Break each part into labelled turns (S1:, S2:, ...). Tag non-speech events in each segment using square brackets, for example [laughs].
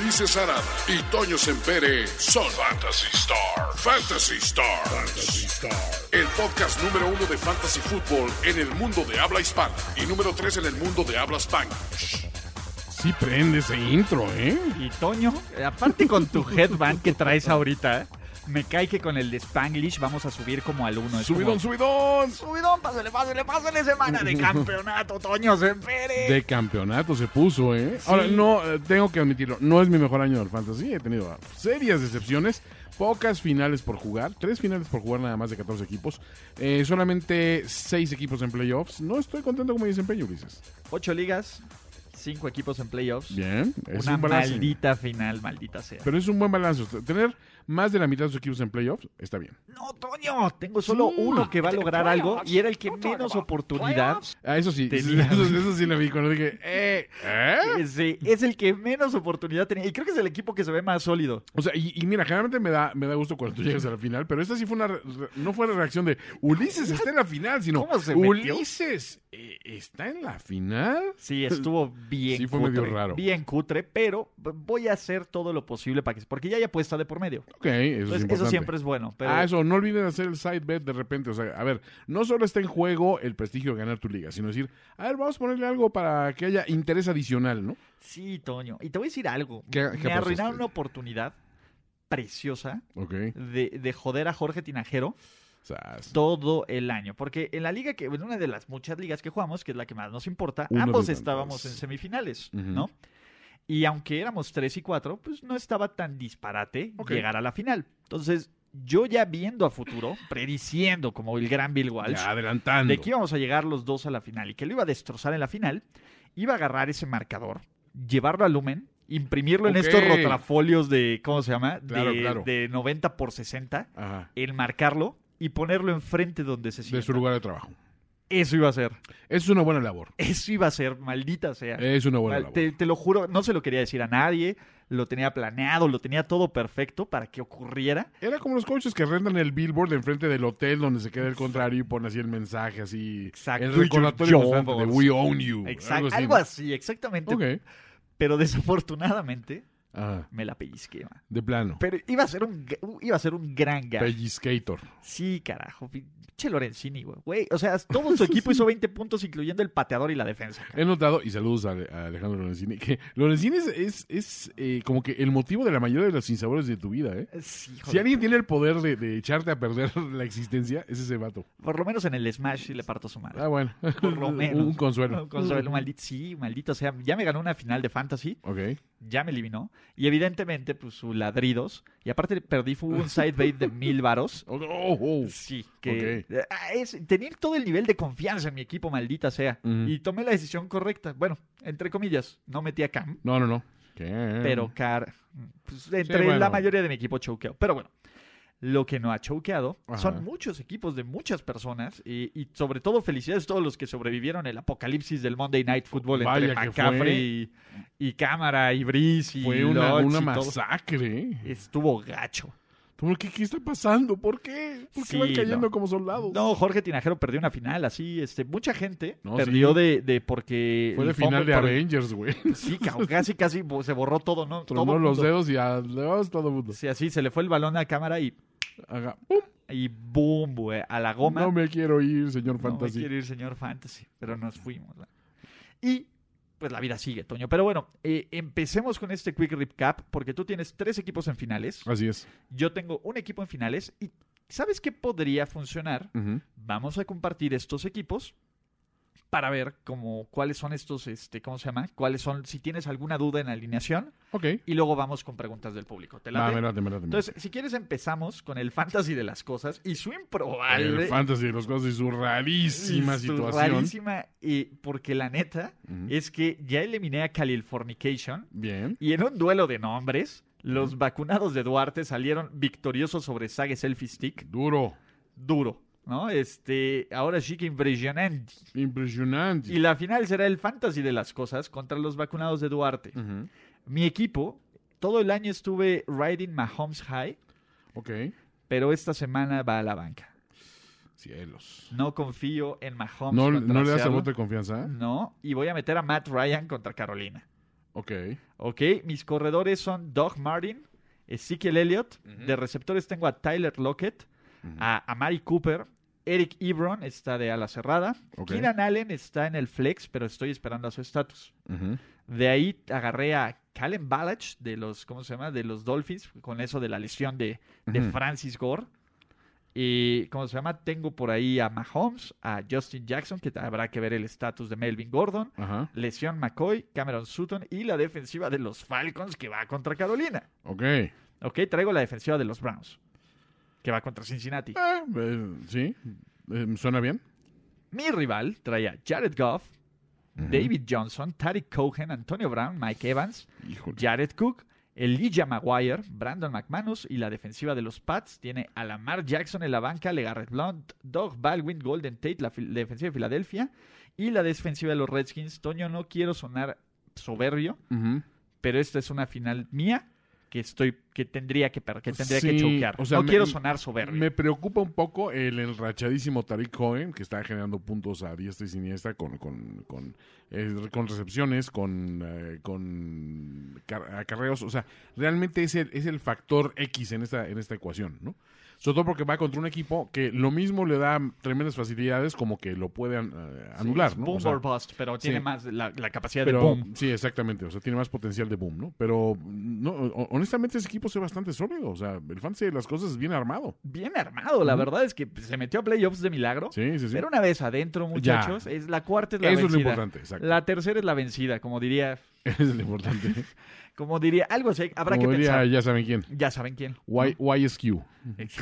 S1: Ulises Arada y Toño Sempere son Fantasy Star. Fantasy Star. El podcast número uno de Fantasy Football en el mundo de habla hispana y número tres en el mundo de habla hispana.
S2: Sí prende ese intro, ¿eh?
S3: Y Toño, aparte con tu headband que traes ahorita, me cae que con el de Spanglish vamos a subir como al uno. Es
S2: Subidón,
S3: como,
S2: subidón.
S3: subidón, pásale, pásale, pásale semana de campeonato, Toño Sempere.
S2: De campeonato se puso, ¿eh? Ahora, no, eh, tengo que admitirlo, no es mi mejor año del fantasy. He tenido serias decepciones, pocas finales por jugar, tres finales por jugar nada más de 14 equipos, eh, solamente seis equipos en playoffs. No estoy contento con mi desempeño, Ulises.
S3: Ocho ligas, cinco equipos en playoffs.
S2: Bien, es
S3: Una
S2: un balance.
S3: maldita final, maldita sea.
S2: Pero es un buen balance. Tener más de la mitad de sus equipos en playoffs está bien.
S3: No, Toño, tengo solo
S2: Sí.
S3: uno que va a lograr algo y era el que menos oportunidad.
S2: Ah, eso sí,
S3: Tenía-
S2: [laughs] eso, eso sí lo vi cuando dije, eh, ¿eh?
S3: Sí, es el que menos oportunidad tenía. Y creo que es el equipo que se ve más sólido.
S2: O sea, y, y mira, generalmente me da, me da gusto cuando tú llegas a la final, pero esta sí fue una. re- re- No fue la reacción de Ulises está en la final, sino
S3: ¿Cómo se metió?
S2: Ulises eh, está en la final.
S3: Sí, estuvo bien
S2: Sí, fue
S3: cutre.
S2: medio raro.
S3: Bien cutre, pero b- voy a hacer todo lo posible para que. Porque ya hay apuesta de por medio.
S2: Ok, eso es
S3: Entonces,
S2: importante.
S3: Pues, eso siempre es bueno. Pero
S2: Ah, eso, no olviden hacer el side bet de repente. O sea, a ver, no solo está en juego el prestigio de ganar tu liga, sino decir, a ver, vamos a ponerle algo para que haya interés adicional, ¿no?
S3: sí, Toño. Y te voy a decir algo.
S2: ¿Qué- qué
S3: Me
S2: apostaste?
S3: arruinaron una oportunidad preciosa
S2: Ok.
S3: de, de joder a Jorge Tinajero
S2: Sas.
S3: todo el año. Porque en la liga que, en una de las muchas ligas que jugamos, que es la que más nos importa,
S2: Uno de
S3: ambos
S2: tantos.
S3: estábamos en semifinales,
S2: Ujú.
S3: ¿no? Y aunque éramos 3 y 4, pues no estaba tan disparate
S2: Ok.
S3: llegar a la final. Entonces, yo ya viendo a futuro, prediciendo como el gran Bill Walsh,
S2: Ya adelantando.
S3: de que íbamos a llegar los dos a la final y que lo iba a destrozar en la final, iba a agarrar ese marcador, llevarlo a Lumen, imprimirlo en
S2: Ok.
S3: estos rotrafolios de, ¿cómo se llama?
S2: Claro,
S3: de,
S2: claro.
S3: de 90 por 60,
S2: Ajá.
S3: el marcarlo y ponerlo enfrente donde se
S2: De su
S3: sienta.
S2: lugar de trabajo.
S3: Eso iba a ser,
S2: Es una buena labor.
S3: eso iba a ser, maldita sea.
S2: Es una buena
S3: Mal-
S2: labor.
S3: te, te lo juro, no se lo quería decir a nadie, lo tenía planeado, lo tenía todo perfecto para que ocurriera.
S2: Era como los coaches que rentan el billboard enfrente del hotel donde se queda el contrario y ponen así el mensaje, así.
S3: Exacto.
S2: El
S3: Do your
S2: recordatorio
S3: job.
S2: constante de We Own You.
S3: Exacto, algo así, exactamente.
S2: Ok.
S3: Pero desafortunadamente
S2: Ajá.
S3: me la pellizqué. man.
S2: De plano.
S3: Pero iba a ser un, g- u- iba a ser un gran gap.
S2: Pellizcator.
S3: Sí, carajo. Che Lorenzini, güey. Güey, O sea, todo su
S2: [laughs]
S3: equipo hizo 20 puntos, incluyendo el pateador y la defensa.
S2: He notado, y saludos a, a Alejandro Lorenzini, que Lorenzini es, es, es, eh, como que el motivo de la mayoría de los sinsabores de tu vida, ¿eh?
S3: Sí,
S2: Si
S3: joder.
S2: alguien tiene el poder de, de echarte a perder [laughs] la existencia, es ese vato.
S3: Por lo menos en el Smash sí le parto su madre.
S2: Ah, bueno.
S3: Por lo menos.
S2: Un Mm. consuelo.
S3: Un consuelo, maldito. Sí, maldito. O sea, ya me ganó una final de Fantasy.
S2: Ok.
S3: ya me eliminó. Y evidentemente, pues su ladridos. Y aparte perdí fue un side bait de mil varos.
S2: Oh, oh, oh.
S3: Sí, que Ah, es, tenía todo el nivel de confianza en mi equipo, maldita sea.
S2: Ujú.
S3: Y tomé la decisión correcta. Bueno, entre comillas, no metí a Cam,
S2: No, no, no. ¿Qué?
S3: pero Car. pues, entre la
S2: Em, bueno.
S3: mayoría de mi equipo choqueó. Pero bueno. Lo que no ha choqueado
S2: Ajá.
S3: son muchos equipos de muchas personas y, y sobre todo felicidades a todos los que sobrevivieron el apocalipsis del Monday Night Football
S2: Vaya
S3: entre
S2: que
S3: McCaffrey y, y Cámara y Brice y
S2: Fue una,
S3: Lodge
S2: una
S3: y todo.
S2: masacre, ¿eh?
S3: Estuvo gacho.
S2: ¿Por qué, ¿Qué está pasando? ¿Por qué? ¿Por qué
S3: Sí,
S2: van cayendo
S3: no.
S2: como soldados?
S3: No, Jorge Tinajero perdió una final, así, este, mucha gente
S2: No,
S3: perdió
S2: sí.
S3: de, de porque.
S2: Fue
S3: el
S2: de final
S3: fumble
S2: de
S3: por-
S2: Avengers, güey.
S3: Sí, ca- casi, casi bo- se borró todo, ¿no? todo
S2: [laughs] Tronó
S3: el
S2: los
S3: mundo.
S2: dedos y adiós todo el mundo.
S3: Sí, así, se le fue el balón a cámara y,
S2: Haga, ¡pum!
S3: y boom, güey, a la goma.
S2: No me quiero ir, señor
S3: Oh, No me
S2: Fantasy.
S3: quiero ir, señor Fantasy, pero nos fuimos. ¿no? Y pues la vida sigue, Toño. Pero bueno, eh, empecemos con este quick recap, porque tú tienes tres equipos en finales.
S2: Así es.
S3: Yo tengo un equipo en finales y ¿sabes qué podría funcionar?
S2: Ujú.
S3: vamos a compartir estos equipos para ver como cuáles son estos, este, ¿cómo se llama? Cuáles son, si tienes alguna duda en la alineación,
S2: Ok.
S3: y luego vamos con preguntas del público. ¿Te
S2: Va,
S3: late?
S2: me late, me late, me
S3: Entonces, si quieres empezamos con el fantasy de las cosas y su
S2: late.
S3: improbable
S2: El Fantasy de los cosas y su rarísima
S3: y su
S2: situación.
S3: rarísima, eh, porque la neta
S2: Ujú.
S3: es que ya eliminé a Khalil Fornication
S2: Bien.
S3: y en un duelo de nombres, los vacunados de Duarte salieron victoriosos sobre Sage Selfie Stick.
S2: Duro.
S3: Duro. ¿no? Este, ahora sí que impresionante.
S2: Impresionante.
S3: Y la final será el fantasy de las cosas contra los vacunados de Duarte.
S2: Ujú.
S3: Mi equipo, todo el año estuve riding Mahomes High,
S2: Ok.
S3: pero esta semana va a la banca.
S2: Cielos.
S3: No confío en Mahomes.
S2: ¿No,
S3: contra
S2: no le das el
S3: Seattle.
S2: voto de confianza?
S3: No, y voy a meter a Matt Ryan contra Carolina.
S2: Ok.
S3: Ok, mis corredores son Doug Martin, Ezekiel Elliott. De receptores tengo a Tyler Lockett, a Amari Cooper, Eric Ebron está de ala cerrada.
S2: Ok.
S3: Keenan Allen está en el flex, pero estoy esperando a su estatus.
S2: Ujú.
S3: De ahí agarré a Callum Ballage de los, ¿cómo se llama? De los Dolphins, con eso de la lesión de, de
S2: Ujú.
S3: Francis Gore. Y, ¿cómo se llama? Tengo por ahí a Mahomes, a Justin Jackson, que habrá que ver el estatus de Melvin Gordon.
S2: Ajá.
S3: Lesión McCoy, Cameron Sutton y la defensiva de los Falcons que va contra Carolina.
S2: Ok. Eh,
S3: Ok, traigo la defensiva de los Browns que va contra Cincinnati.
S2: eh, sí. Eh, ¿Suena bien?
S3: Mi rival traía a Jared Goff, David Johnson, Tariq Cohen, Antonio Brown, Mike Evans,
S2: Híjole.
S3: Jared Cook, Elijah Maguire, Brandon McManus y la defensiva de los Pats tiene a Lamar Jackson en la banca, LeGarrette Blount, Doug Baldwin, Golden Tate, la, fil- defensiva de Filadelfia y la defensiva de los Redskins. Toño, no quiero sonar soberbio,
S2: Ujú.
S3: pero esta es una final mía que estoy que tendría que per- que tendría que
S2: Sí,
S3: choquear.
S2: o sea,
S3: no
S2: me-
S3: quiero sonar soberbio.
S2: Me preocupa un poco el enrachadísimo Tariq Cohen, que está generando puntos a diestra y siniestra con, con, con, eh, con recepciones, con, eh, con car- acarreos. O sea, realmente es el, es el factor X en esta, en esta ecuación, ¿no? Sobre todo porque va contra un equipo que lo mismo le da tremendas facilidades como que lo puedan eh, anular,
S3: Sí, es
S2: ¿no?
S3: Boom
S2: O sea,
S3: or bust, pero tiene más la, la capacidad
S2: pero,
S3: de boom.
S2: Sí, exactamente. O sea, tiene más potencial de boom, ¿no? Pero, no, o- honestamente, ese equipo es bastante sólido. O sea, el fantasy de las cosas es bien armado.
S3: Bien armado, la
S2: Ujú.
S3: verdad es que se metió a playoffs de milagro.
S2: Sí, sí, sí.
S3: Pero una vez adentro, muchachos, es la cuarta es la
S2: Eso es lo
S3: vencida.
S2: importante, exacto.
S3: la tercera es la vencida, como diría,
S2: [laughs] Eso es lo importante.
S3: como diría, algo así, habrá
S2: Como
S3: que
S2: diría,
S3: pensar.
S2: ya saben quién.
S3: Ya saben quién.
S2: Y, YSQ.
S3: [laughs] Ex-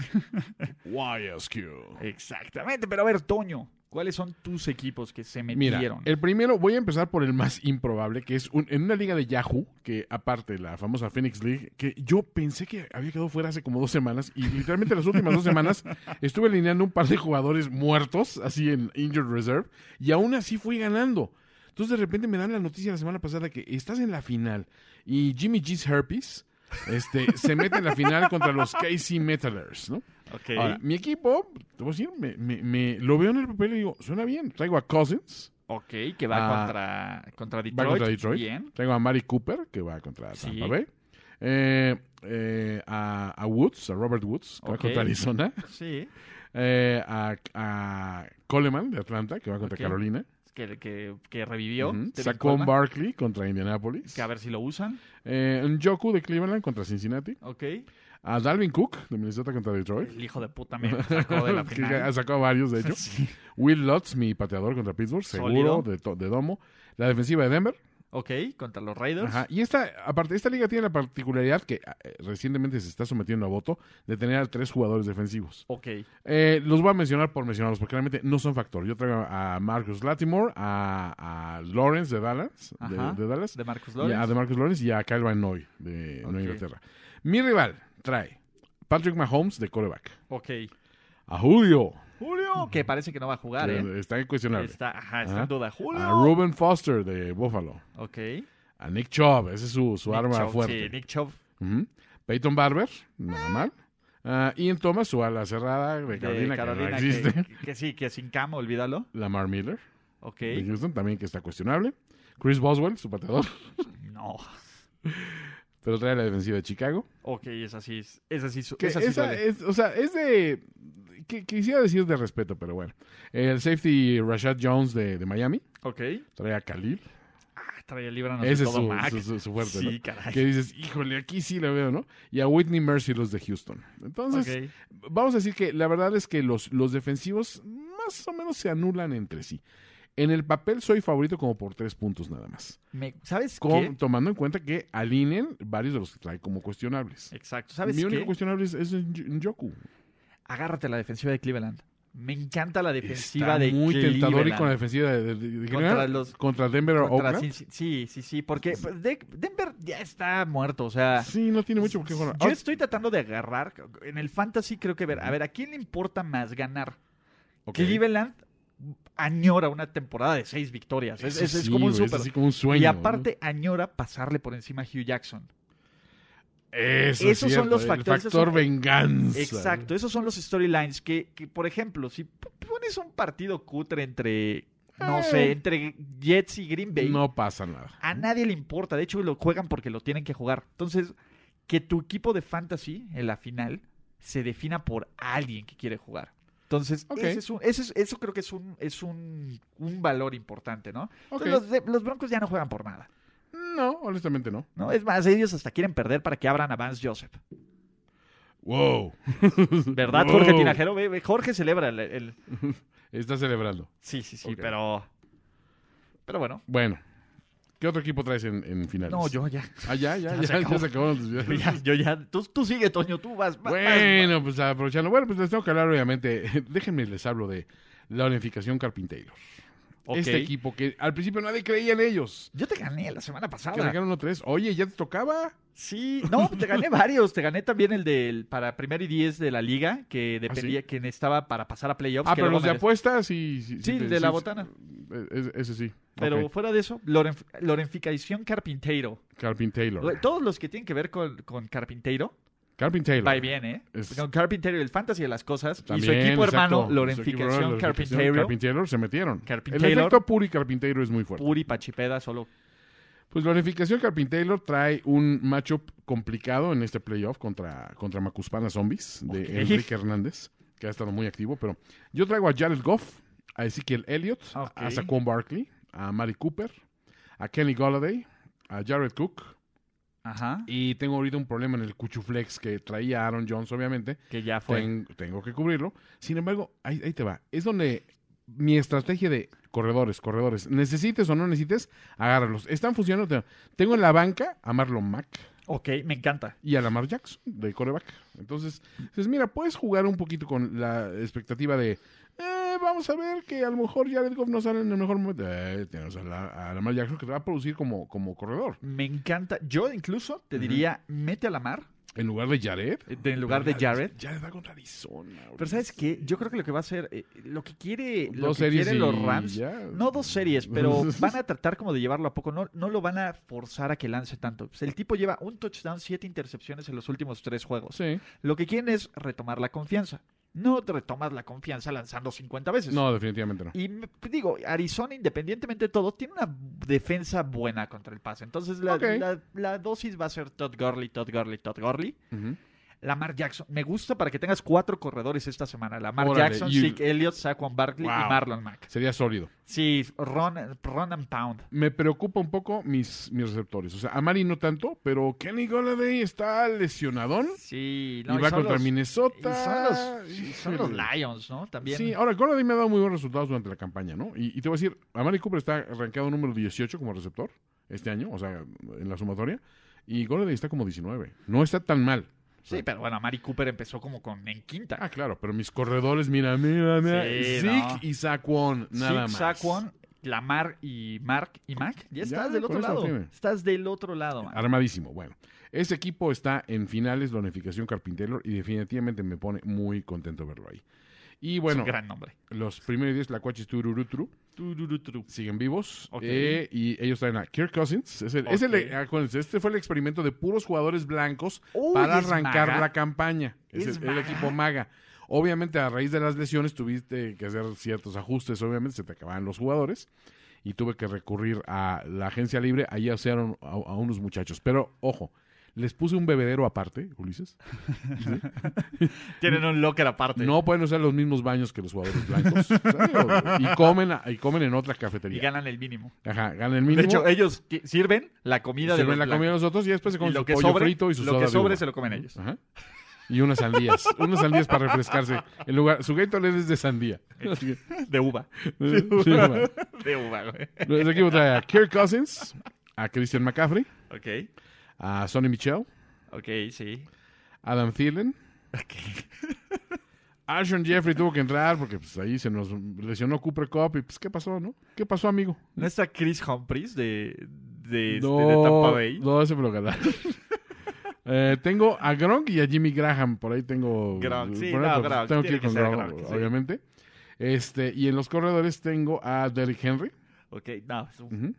S2: YSQ.
S3: Exactamente, pero a ver, Toño, ¿cuáles son tus equipos que se
S2: Mira,
S3: metieron?
S2: el primero, voy a empezar por el más improbable, que es un- en una liga de Yahoo, que aparte de la famosa Phoenix League, que yo pensé que había quedado fuera hace como dos semanas, y literalmente las últimas dos semanas estuve alineando un par de jugadores muertos, así en Injured Reserve, y aún así fui ganando. Entonces de repente me dan la noticia la semana pasada que estás en la final y Jimmy G's Herpes este, se mete en la final contra los KC Metalers, ¿no?
S3: Ok.
S2: Ahora, mi equipo, te voy a decir, me, me- me- lo veo en el papel y digo, suena bien. Traigo a Cousins,
S3: Ok, que va
S2: Ah,
S3: contra, contra
S2: va
S3: Detroit.
S2: contra Detroit.
S3: Bien.
S2: Traigo a Mari Cooper, que va contra
S3: Sí.
S2: Tampa Bay. Eh, eh, a, a Woods, a Robert Woods, que
S3: Ok.
S2: va contra Arizona.
S3: Sí.
S2: Eh, a, a Coleman, de Atlanta, que va contra
S3: Ok.
S2: Carolina.
S3: Que, que, que revivió.
S2: Ujú.
S3: Tevin
S2: Saquon
S3: Coleman,
S2: Barkley contra Indianapolis.
S3: Que a ver si lo usan.
S2: Eh, Njoku de Cleveland contra Cincinnati.
S3: Ok.
S2: A Dalvin Cook de Minnesota contra Detroit.
S3: El hijo de
S2: [laughs]
S3: puta me sacó de la
S2: Que
S3: final.
S2: ha sacado varios,
S3: [laughs]
S2: de hecho.
S3: Sí.
S2: Will Lutz, mi pateador contra Pittsburgh, seguro,
S3: Sólido.
S2: de, to- de domo. La defensiva de Denver.
S3: Ok, contra los Raiders.
S2: Ajá. Y esta, aparte, esta liga tiene la particularidad que eh, recientemente se está sometiendo a voto de tener a tres jugadores defensivos.
S3: Ok.
S2: Eh, los voy a mencionar por mencionarlos, porque realmente no son factor. Yo traigo a Marcus Latimore, a, a Lawrence de Dallas, de,
S3: Ajá.
S2: de Dallas
S3: De Marcus
S2: y a
S3: Lawrence.
S2: DeMarcus Lawrence y a Kyle Van Noy de Nueva
S3: Ok.
S2: Inglaterra. Mi rival trae Patrick Mahomes de coreback,
S3: Ok.
S2: a Julio,
S3: Julio, que parece que no va a jugar, ¿eh?
S2: que está incuestionable,
S3: Está, ajá, está
S2: Ajá.
S3: en duda.
S2: a
S3: Julio.
S2: Ruben Foster de Buffalo,
S3: Ok.
S2: a Nick Chubb, ese es su, su
S3: Nick
S2: arma
S3: Chubb,
S2: fuerte.
S3: Sí, Nick Chubb
S2: Ujú. Peyton Barber, nada mal. Ah, Ian Thomas, su ala cerrada de
S3: de
S2: Carolina,
S3: Carolina,
S2: que no existe. [laughs]
S3: que, que sí, que sin cama, olvídalo.
S2: Lamar Miller
S3: Ok.
S2: de Houston, también que está cuestionable. Chris Boswell, su pateador,
S3: No.
S2: [laughs] pero trae la defensiva de Chicago.
S3: Ok, esa sí, es- esa sí, su-
S2: Que
S3: esa sí
S2: esa
S3: duele.
S2: es, o sea, es de... que- quisiera decir de respeto, pero bueno. El safety Rashad Jones de, de Miami,
S3: Ok.
S2: trae a Khalil.
S3: Ah, trae el libro
S2: Ese es
S3: todo
S2: su,
S3: Mac.
S2: su, su- su fuerte,
S3: sí,
S2: ¿no?
S3: caray.
S2: Que dices, híjole, aquí sí la veo, ¿no? Y a Whitney Mercy los de Houston. Entonces,
S3: Ok.
S2: Vamos a decir que la verdad es que los, los defensivos más o menos se anulan entre sí. En el papel soy favorito como por tres puntos nada más.
S3: Me- ¿Sabes
S2: Con-
S3: qué?
S2: tomando en cuenta que alineen varios de los que trae como cuestionables.
S3: Exacto. ¿Sabes
S2: Mi único
S3: qué?
S2: cuestionable es, es Nj- Njoku.
S3: Agárrate a la defensiva de Cleveland. Me encanta la defensiva
S2: Está
S3: de
S2: muy
S3: Cleveland.
S2: tentador y con la defensiva de, de- de- de-
S3: Contra los-
S2: contra Denver o
S3: Contra
S2: Oakland.
S3: Cinci- Sí, sí, sí, porque pues, de- Denver ya está muerto, o sea...
S2: Sí, no tiene mucho por qué jugar.
S3: Yo estoy tratando de agarrar, en el fantasy creo que ver, a ver, ¿a quién le importa más ganar?
S2: Ah, Ok.
S3: Cleveland añora una temporada de seis victorias. Es,
S2: Pues Eso
S3: es- es
S2: sí,
S3: como un
S2: güey, es
S3: super.
S2: así como un sueño.
S3: y
S2: ¿no?
S3: aparte añora pasarle por encima a Hugh Jackson.
S2: Eso es
S3: esos son
S2: cierto,
S3: los
S2: el
S3: factores, esos
S2: factor
S3: son-
S2: venganza.
S3: Exacto, esos son los storylines que, que, por ejemplo, si p- pones un partido cutre entre, no
S2: Eh.
S3: sé, entre Jets y Green Bay,
S2: No pasa nada.
S3: a nadie le importa. De hecho, lo juegan porque lo tienen que jugar. Entonces, que tu equipo de fantasy en la final se defina por alguien que quiere jugar. Entonces,
S2: Ok.
S3: ese es un- ese es- eso creo que es un, es un, un valor importante, ¿no? Entonces,
S2: Ok.
S3: los, de- los Broncos ya no juegan por nada.
S2: No, honestamente no.
S3: ¿no? Es más, ellos hasta quieren perder para que abran a Vance Joseph.
S2: Wow.
S3: ¿Verdad, Jorge
S2: Wow.
S3: Tinajero? Ve- ve, Jorge celebra el- el,
S2: Está celebrando.
S3: Sí, sí, sí,
S2: Ok.
S3: pero. Pero bueno.
S2: Bueno. ¿Qué otro equipo traes en, en finales?
S3: No, yo [laughs] ya.
S2: Ah, ya, ya,
S3: Ya
S2: ya.
S3: se
S2: Ya,
S3: acabó.
S2: se acabaron tus
S3: Yo [laughs] ya. yo ya- Tú, tú sigue, Toño, tú vas. vas, vas,
S2: Bueno, pues aprovechando. Bueno, pues les tengo que hablar, obviamente. [laughs] Déjenme les hablo de la unificación Carpinteiro.
S3: vas.
S2: Este
S3: Ok.
S2: equipo que al principio nadie creía en ellos.
S3: Yo te gané la semana
S2: Que
S3: pasada.
S2: sacaron 1-3. Oye, ¿ya te tocaba?
S3: [laughs] Sí, no, te gané varios. Te gané también el del para primer y diez de la liga, que dependía quién estaba para pasar a playoffs.
S2: Ah,
S3: Pues que
S2: pero
S3: luego
S2: los de
S3: me-
S2: apuestas y... Sí,
S3: Sí, el de la botana.
S2: Ese, ese sí.
S3: Pero
S2: Ok.
S3: fuera de eso, Loren- Lorenficación Carpinteiro.
S2: Carpin Taylor.
S3: Todos los que tienen que ver con, con Carpinteiro,
S2: Carpin Taylor.
S3: va y viene, ¿eh?
S2: Es-
S3: Con Carpinteiro, el fantasy de las cosas, y su
S2: También,
S3: equipo
S2: exacto.
S3: hermano,
S2: Su equipo
S3: Lorenficación
S2: hermano,
S3: Carpinteiro,
S2: Carpin Taylor se metieron.
S3: Carpin
S2: el
S3: Taylor.
S2: efecto Puri Carpinteiro es muy fuerte.
S3: Puri Pachipeda, solo
S2: Pues la unificación Carpin Taylor trae un matchup complicado en este playoff contra, contra Macuspana Zombies de
S3: Ok.
S2: Enrique Hernández, que ha estado muy activo. Pero yo traigo a Jared Goff, a Ezekiel Elliott,
S3: Ok.
S2: a Saquon Barkley, a Mari Cooper, a Kenny Golladay, a Jared Cook.
S3: Ajá.
S2: Y tengo ahorita un problema en el cuchuflex que traía Aaron Jones, obviamente.
S3: Que ya fue.
S2: Ten- tengo que cubrirlo. Sin embargo, ahí, ahí te va. Es donde mi estrategia de corredores, corredores, necesites o no necesites, agárralos. Están funcionando. Te- Tengo en la banca a Marlon Mack
S3: Ok, me encanta.
S2: y a Lamar Jackson de coreback. Entonces, dices, mira, puedes jugar un poquito con la expectativa de, eh, vamos a ver que a lo mejor Jared Goff no sale en el mejor momento. Eh, tenemos a, la- a Lamar Jackson que te va a producir como, como corredor.
S3: Me encanta. Yo incluso te diría, mete a la mar
S2: En lugar de Jared.
S3: en lugar de Jared.
S2: Jared va contra Arizona.
S3: Pero ¿sabes qué? Yo creo que lo que va a hacer, eh, lo que quiere, lo
S2: Dos
S3: que
S2: series
S3: quieren los
S2: y
S3: Rams,
S2: ya.
S3: no dos series,
S2: [laughs]
S3: pero van a tratar como de llevarlo a poco. No, no lo van a forzar a que lance tanto. Pues el tipo lleva un touchdown, siete intercepciones en los últimos tres juegos.
S2: Sí.
S3: Lo que quieren es retomar la confianza. No te retomas la confianza lanzando 50 veces.
S2: No, definitivamente no.
S3: Y me- digo, Arizona, independientemente de todo, tiene una defensa buena contra el pase. Entonces, la,
S2: Ok.
S3: la- la dosis va a ser Todd Gurley, Todd Gurley, Todd Gurley.
S2: Ujú.
S3: Lamar Jackson. Me gusta para que tengas cuatro corredores esta semana. Lamar
S2: Órale,
S3: Jackson,
S2: y-
S3: Zeke Elliott, Saquon Barkley y
S2: Wow.
S3: Marlon Mack.
S2: Sería sólido.
S3: Sí, Ron, Ron and Pound.
S2: Me preocupa un poco mis, mis receptores. O sea, a Mari no tanto, pero Kenny Golladay está lesionadón
S3: Sí, no,
S2: y va
S3: son
S2: contra
S3: los- y
S2: Minnesota.
S3: son los, y son
S2: [laughs]
S3: los
S2: Híjole.
S3: Lions, ¿no? También.
S2: Sí, ahora Golladay me ha dado muy buenos resultados durante la campaña, ¿no? Y, y te voy a decir, a Mari Cooper está arrancado número 18 como receptor este año, o sea, en la sumatoria, y Golladay está como 19. No está tan mal.
S3: Sí, pero bueno, Mari Cooper empezó como con en quinta.
S2: Ah, claro, pero mis corredores, mira, mira, mira.
S3: Sí,
S2: Zeke
S3: no.
S2: y Saquon, nada
S3: Zeke,
S2: más.
S3: Saquon, Lamar y Mark y Mac.
S2: Ya,
S3: Ya estás del otro
S2: con eso
S3: lado.
S2: tiene.
S3: Estás del otro
S2: Ah,
S3: lado, man.
S2: Armadísimo. Bueno, ese equipo está en finales de la unificación Carpintero y definitivamente me pone muy contento verlo ahí. Y
S3: Es un
S2: bueno,
S3: gran nombre.
S2: los primeros 10 Lacuachis Tururutru siguen vivos.
S3: Ok.
S2: eh, y ellos traen a Kirk Cousins. Es el- es el-
S3: Ok.
S2: acuérdense, este fue el experimento de puros jugadores blancos
S3: Uy,
S2: para
S3: es
S2: arrancar
S3: maga.
S2: la campaña. Es,
S3: Es
S2: el, el
S3: maga.
S2: equipo maga. Obviamente, a raíz de las lesiones tuviste que hacer ciertos ajustes. Obviamente, se te acababan los jugadores. Y tuve que recurrir a la agencia libre. Allí hicieron a, a unos muchachos. Pero, ojo, les puse un bebedero aparte, Ulises.
S3: Tienen un locker aparte.
S2: No pueden usar los mismos baños que los jugadores blancos. [laughs] O sea, digo, y, comen, a- y comen en otra
S3: Y
S2: cafetería.
S3: ganan el mínimo.
S2: Ajá, ganan el mínimo.
S3: De hecho, ellos ti- sirven la comida
S2: se
S3: de
S2: ven
S3: los
S2: la comida
S3: blancos.
S2: de nosotros y después se
S3: Y
S2: comen
S3: lo
S2: su
S3: que
S2: pollo
S3: sobre,
S2: frito y su
S3: lo
S2: soda
S3: que
S2: de
S3: sobre
S2: uva.
S3: se lo comen ellos.
S2: Ajá. Y unas sandías. unas sandías para refrescarse. En lugar, su Gatorade es de sandía. Ah.
S3: [laughs] De uva.
S2: Sí, bueno.
S3: De uva, güey.
S2: El equipo trae a Kirk Cousins, a Christian McCaffrey,
S3: Ok.
S2: a Sonny Michel,
S3: Ok, sí.
S2: Adam Thielen. Ashon Jeffrey tuvo que entrar porque pues, ahí se nos lesionó Cooper Cup y pues ¿qué pasó, no? ¿Qué pasó, amigo?
S3: ¿No está Chris Humphries de, de, este, de Tampa
S2: No,
S3: Bay?
S2: no, ese me lo ganaron. [laughs] Eh, tengo a Gronk y a Jimmy Graham. Por ahí tengo.
S3: Gronk, sí,
S2: por ahí,
S3: no,
S2: pues,
S3: Gronk,
S2: Tengo
S3: tiene
S2: que ir
S3: que
S2: con
S3: ser
S2: Gronk,
S3: Gronk, sí.
S2: obviamente. Este, y en los corredores tengo a Derrick Henry.
S3: Ok, no, es un-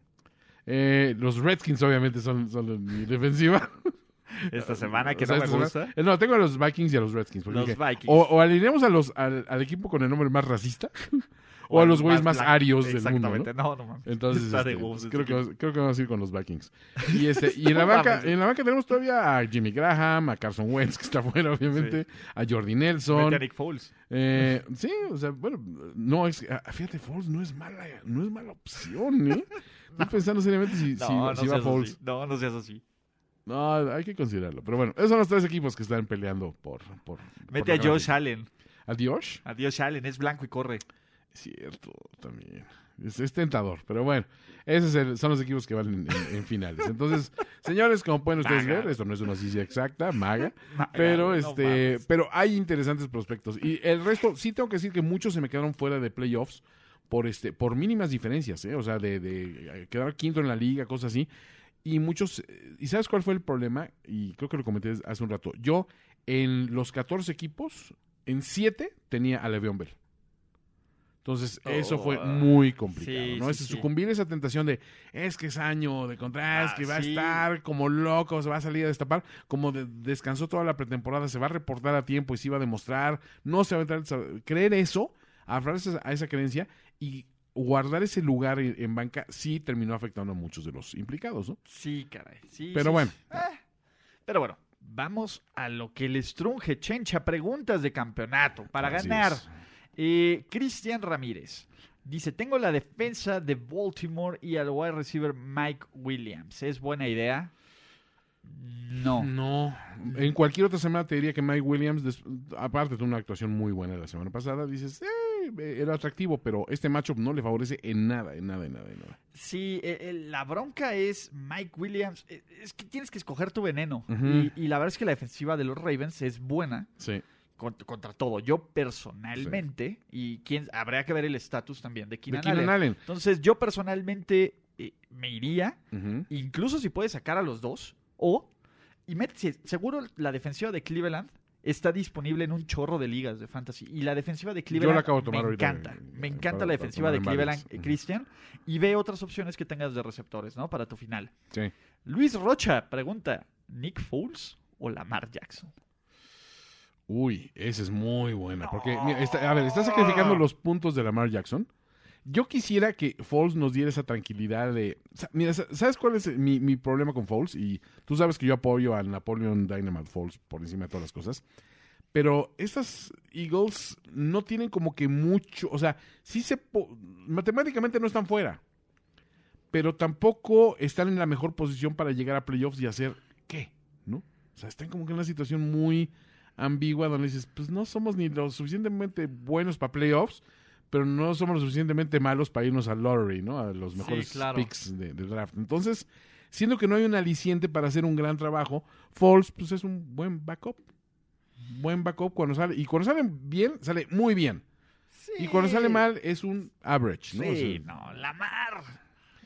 S2: Eh, los Redskins, obviamente, son, son mi defensiva.
S3: esta semana que
S2: [laughs] O sea,
S3: no me
S2: esta semana-
S3: gusta.
S2: Eh, No, tengo a los Vikings y a los Redskins. porque
S3: Los
S2: dije,
S3: Vikings.
S2: O, o alineamos a los, al, al equipo con el nombre más racista, o, a los güeyes más,
S3: blancos.
S2: arios del mundo. ¿no?
S3: Exactamente, no, no mames.
S2: Entonces,
S3: Está de
S2: este,
S3: huevos este
S2: creo, que
S3: equipo.
S2: vas- creo que vamos a ir con los Vikings.
S3: [laughs]
S2: Y, este, y en, la
S3: No
S2: banca,
S3: mames.
S2: en la banca tenemos todavía a Jimmy Graham, a Carson Wentz, que está fuera, obviamente, a Jordi
S3: Vete a
S2: Nelson.
S3: Nick Foles.
S2: Eh, sí, o sea, bueno, no es. ah, Fíjate, Foles no es mala, no es mala opción,
S3: [laughs]
S2: ¿eh? Estoy pensando seriamente si,
S3: No,
S2: si-
S3: no,
S2: si va
S3: seas
S2: Foles.
S3: así. no, no seas así.
S2: No, hay que considerarlo. Pero bueno, esos son los tres equipos que están peleando por. por
S3: Mete a Josh
S2: Josh.
S3: Allen.
S2: ¿A Josh?
S3: A Josh Allen, es blanco y corre.
S2: Cierto, también. Es, es tentador, pero bueno, esos es el- son los equipos que van en, en- en finales. Entonces, señores, como pueden ustedes
S3: Maga.
S2: ver, esto no es una ciencia exacta, maga,
S3: Maga,
S2: pero
S3: Ah, no
S2: este,
S3: mames.
S2: pero hay interesantes prospectos. Y el resto, sí tengo que decir que muchos se me quedaron fuera de playoffs por este, por mínimas diferencias, ¿eh? o sea, de, de, eh, quedar quinto en la liga, cosas así. Y muchos, eh, ¿y sabes cuál fue el problema? Y creo que lo comenté hace un rato. Yo, en los 14 equipos, en 7 tenía a Le'Veon Bell. Entonces, eso fue
S3: Oh,
S2: muy complicado,
S3: sí,
S2: ¿no?
S3: sí,
S2: Es
S3: sí.
S2: sucumbir a esa tentación de, es que es año de contra, es
S3: Ah,
S2: que va
S3: sí.
S2: a estar como loco, se va a salir a destapar, como de- descansó toda la pretemporada, se va a reportar a tiempo y se iba a demostrar, no se va a entrar, creer eso, aferrarse a esa creencia y guardar ese lugar en en banca sí terminó afectando a muchos de los implicados, ¿no?
S3: Sí, caray. Sí,
S2: Pero
S3: sí,
S2: bueno.
S3: sí. Eh, pero bueno, vamos a lo que les trunje, Chencha. Preguntas de campeonato para
S2: Así
S3: ganar.
S2: es.
S3: Eh, Cristian Ramírez dice: Tengo la defensa de Baltimore y al wide receiver Mike Williams. ¿Es buena idea? No.
S2: No, en cualquier otra semana te diría que Mike Williams, des- aparte de una actuación muy buena la semana pasada, dices, "Eh, era atractivo, pero este matchup no le favorece en nada, en nada, en nada, en nada.
S3: Sí, eh, eh, la bronca es Mike Williams. Eh, Es que tienes que escoger tu veneno.
S2: Ujú.
S3: y, y la verdad es que la defensiva de los Ravens es buena.
S2: Sí.
S3: cont- contra todo. Yo personalmente, y quién, habría que ver el estatus también de
S2: De
S3: Keenan,
S2: Keenan
S3: Allen.
S2: Allen.
S3: Entonces, yo personalmente eh, me iría,
S2: Ujú.
S3: incluso si puedes sacar a los dos, o, y métese, seguro la defensiva de Cleveland está disponible en un chorro de ligas de fantasy. Y la defensiva de Cleveland
S2: acabo de tomar
S3: me
S2: ahorita,
S3: encanta.
S2: eh,
S3: me
S2: eh,
S3: encanta
S2: para-
S3: la
S2: para
S3: defensiva de
S2: tomar en
S3: Cleveland,
S2: varias.
S3: eh,
S2: Ujú.
S3: Christian, y ve otras opciones que tengas de receptores, ¿no? Para tu final.
S2: Sí.
S3: Luis Rocha pregunta, ¿Nick Foles o Lamar Jackson?
S2: Uy, esa es muy buena. Porque, mira, está- a ver, está sacrificando los puntos de Lamar Jackson. Yo quisiera que Foles nos diera esa tranquilidad de. sa- Mira, sa- ¿sabes cuál es mi, mi problema con Foles? Y tú sabes que yo apoyo al Napoleon Dynamite Foles por encima de todas las cosas. Pero estas Eagles no tienen como que mucho. O sea, sí se. po- Matemáticamente no están fuera. Pero tampoco están en la mejor posición para llegar a playoffs y hacer qué, ¿no? O sea, están como que en una situación muy ambigua donde dices, pues no somos ni lo suficientemente buenos para playoffs, pero no somos lo suficientemente malos para irnos al lottery, ¿no? A los mejores
S3: claro.
S2: picks de, de draft. Entonces, siendo que no hay un aliciente para hacer un gran trabajo, Falls, pues es un buen backup. Buen backup cuando sale. Y cuando sale bien, sale muy bien. Y cuando sale
S3: Sí.
S2: mal, es un average, ¿no? O
S3: Sí,
S2: sea,
S3: no, Lamar.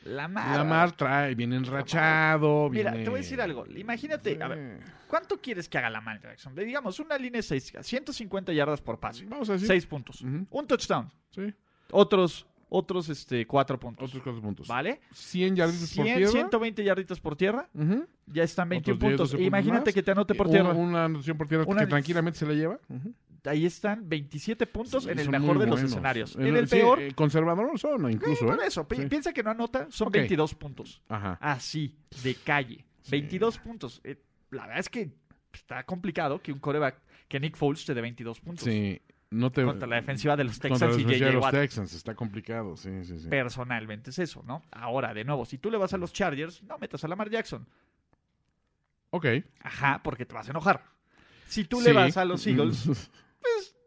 S3: Lamar.
S2: Lamar trae, viene enrachado.
S3: Mira,
S2: viene-
S3: te voy a decir algo. Imagínate, a ver,
S2: Eh,
S3: ¿cuánto quieres que haga Lamar Jackson? De, digamos, una línea de 6, 150 yardas por pase.
S2: Vamos a decir.
S3: 6 puntos.
S2: Ujú.
S3: Un touchdown.
S2: Sí,
S3: Otros, otros, este, 4 puntos.
S2: otros cuatro puntos.
S3: ¿Vale?
S2: 100 yarditas por
S3: 100,
S2: tierra.
S3: 120 yarditas por tierra.
S2: Ujú.
S3: Ya están 21
S2: Otros 10,
S3: puntos. E
S2: 12 puntos
S3: Imagínate
S2: más.
S3: que te anote por
S2: Un-
S3: tierra.
S2: Una anotación por tierra
S3: Una-
S2: que tranquilamente se la lleva. Ujú.
S3: Ahí están 27 puntos
S2: Sí,
S3: en el
S2: son
S3: mejor
S2: muy
S3: de los
S2: buenos.
S3: escenarios.
S2: Eh,
S3: En el
S2: sí,
S3: peor,
S2: eh, conservador son, incluso.
S3: por
S2: ¿eh?
S3: eso. pi-
S2: Sí.
S3: Piensa que no anota, son
S2: Ok.
S3: 22 puntos.
S2: Ajá.
S3: así, de calle. 22 puntos. Eh, la verdad es que está complicado que un coreback, que Nick Foles te dé 22 puntos.
S2: Sí, no te.
S3: Contra la defensiva de los
S2: contra la
S3: Texans y
S2: defensiva de
S3: J.J.
S2: los
S3: Watt.
S2: Texans. Está complicado, sí, sí, sí.
S3: Personalmente es eso, ¿no? Ahora, de nuevo, si tú le vas a los Chargers, no metas a Lamar Jackson.
S2: ok.
S3: Ajá, porque te vas a enojar. Si tú le
S2: Sí. Mm.
S3: vas a los Eagles, pues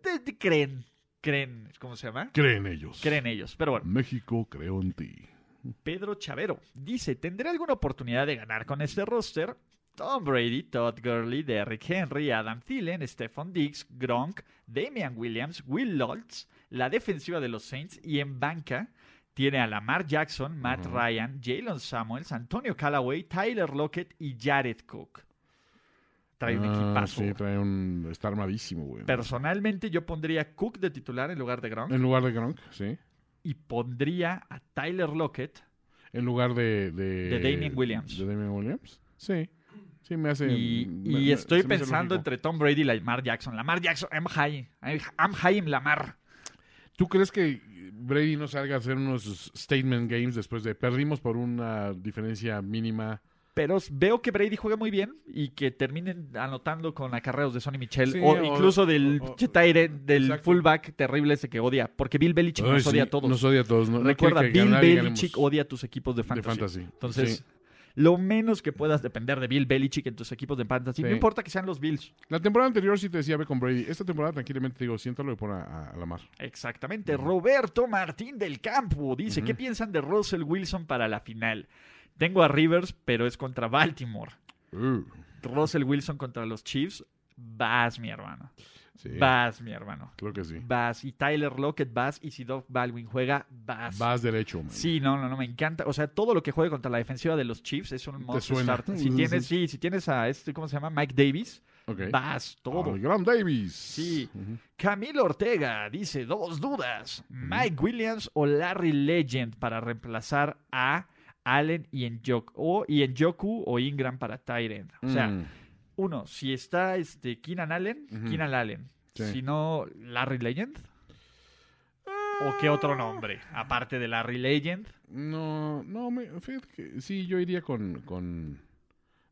S3: te- te creen. Creen, ¿cómo se llama?
S2: [laughs] Creen ellos.
S3: Creen ellos. Pero bueno,
S2: México, creo en ti.
S3: Pedro Chavero dice: ¿Tendré alguna oportunidad de ganar con este roster? Tom Brady, Todd Gurley, Derrick Henry, Adam Thielen, Stephon Diggs, Gronk, Damian Williams, Will Lutz, la defensiva de los Saints y en banca tiene a Lamar Jackson, Matt
S2: Ujú.
S3: Ryan, Jalen Samuels, Antonio Callaway, Tyler Lockett y Jared Cook. trae un
S2: Ah,
S3: equipazo.
S2: Sí, trae un. Está armadísimo, güey.
S3: Personalmente, yo pondría a Cook de titular en lugar de Gronk
S2: En lugar de Gronk, sí.
S3: y pondría a Tyler Lockett.
S2: En lugar de. De,
S3: De Damien Williams.
S2: De Damien Williams. Sí. Sí, me hace.
S3: Y,
S2: me-
S3: y
S2: me-
S3: estoy
S2: se me hace
S3: pensando
S2: lógico.
S3: entre Tom Brady y Lamar Jackson. Lamar Jackson, I'm high. I'm, I'm high en Lamar.
S2: ¿Tú crees que Brady no salga a hacer unos statement games después de perdimos por una diferencia mínima?
S3: Pero veo que Brady juega muy bien y que terminen anotando con acarreos de Sonny Michel
S2: Sí,
S3: o,
S2: o-
S3: incluso del
S2: o- o-
S3: pinche tight end, del
S2: Exacto.
S3: fullback terrible ese que odia. Porque Bill Belichick
S2: Ay,
S3: nos
S2: sí,
S3: odia a todos.
S2: Nos odia a todos. No, no
S3: Recuerda,
S2: quiere que
S3: Bill
S2: ganar y ganemos
S3: Belichick odia a tus equipos de
S2: de
S3: fantasy.
S2: fantasy.
S3: Entonces,
S2: Sí.
S3: lo menos que puedas depender de Bill Belichick en tus equipos de fantasy, no
S2: Sí.
S3: importa que sean los Bills.
S2: La temporada anterior sí te decía ve con Brady. Esta temporada tranquilamente digo, siéntalo y pon a, a- a la mar.
S3: Exactamente. Roberto Martín del Campo dice, ¿qué piensan de Russell Wilson para la final? Tengo a Rivers, pero es contra Baltimore.
S2: Uh,
S3: Russell Wilson contra los Chiefs. Vas, mi hermano.
S2: sí,
S3: Vas, mi hermano.
S2: creo que sí.
S3: Vas. Y Tyler Lockett, vas. Y si Doug Baldwin juega, vas.
S2: Vas derecho, man.
S3: Sí, no, no, no, me encanta. O sea, todo lo que juegue contra la defensiva de los Chiefs es un monster
S2: suena.
S3: start. Si tienes, sí, si tienes a este, ¿cómo se llama? Mike Davis,
S2: Ok.
S3: vas, todo.
S2: Al Gran Davis.
S3: Sí.
S2: Ujú.
S3: Camilo Ortega dice dos dudas. Mike Williams o Larry Legend para reemplazar a Allen y Enjoku o, y Njoku o Ingram para Tyrant. O sea,
S2: Mm,
S3: uno, si está este Keenan Allen,
S2: Ujú.
S3: Keenan Allen.
S2: Sí.
S3: Si no, Larry Legend. ¿O qué otro nombre? Aparte de Larry Legend.
S2: No, no, me, fíjate que sí, yo iría con, con...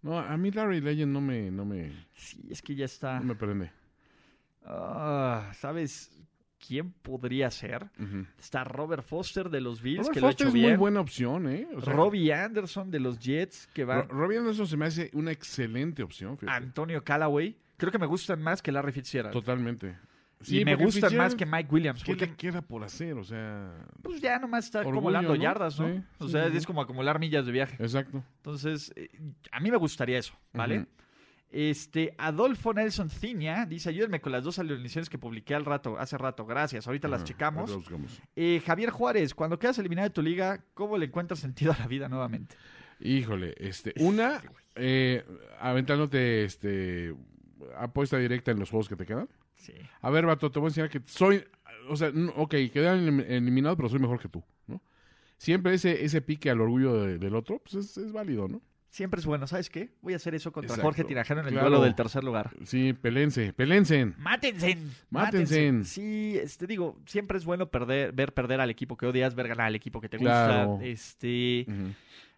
S2: No, a mí Larry Legend no me, no me,
S3: Sí, es que ya está.
S2: no me prende.
S3: Ah, ¿Sabes quién podría ser?
S2: Ujú.
S3: Está Robert Foster de los Bills,
S2: Robert
S3: que
S2: Foster
S3: lo ha
S2: es
S3: hecho bien.
S2: muy buena opción, ¿eh? O sea,
S3: Robbie Anderson de los Jets, que va.
S2: Ro- Robbie Anderson se me hace una excelente opción,
S3: Ah,
S2: fíjate.
S3: Antonio Callaway. Creo que me gustan más que Larry Fitzgerald.
S2: Totalmente.
S3: y me
S2: porque
S3: gustan más
S2: Fitzgerald,
S3: que Mike Williams.
S2: ¿Qué
S3: Porque
S2: le queda por hacer? O sea,
S3: pues ya nomás está
S2: Orgullo,
S3: acumulando
S2: ¿no?
S3: yardas, ¿no?
S2: Sí,
S3: o
S2: sí,
S3: sea,
S2: sí,
S3: es
S2: sí.
S3: como acumular millas de viaje.
S2: exacto.
S3: Entonces, eh, a mí me gustaría eso, ¿vale?
S2: Ujú.
S3: Este, Adolfo Nelson Ciña dice, ayúdenme con las dos alineaciones que publiqué al rato, hace rato. Gracias, ahorita las
S2: Ajá,
S3: checamos.
S2: ahorita las buscamos.
S3: Eh, Javier Juárez, cuando quedas eliminado de tu liga, ¿cómo le encuentras sentido a la vida nuevamente?
S2: Híjole, este, una, eh, aventándote, este, apuesta directa en los juegos que te quedan.
S3: Sí.
S2: A ver, vato, te voy a enseñar que soy. O sea, no- ok, quedé elim- eliminado, pero soy mejor que tú, ¿no? Siempre ese, ese pique al orgullo de- del otro, pues es, es válido, ¿no?
S3: Siempre es bueno, ¿sabes qué? Voy a hacer eso contra
S2: Exacto.
S3: Jorge Tirajano en el
S2: Claro.
S3: duelo del tercer lugar.
S2: Sí, pelense, pelense.
S3: Mátense.
S2: Mátense.
S3: Sí, este, digo, siempre es bueno perder, ver perder al equipo que odias, ver ganar al equipo que te
S2: Claro.
S3: gusta. Este,
S2: Ujú.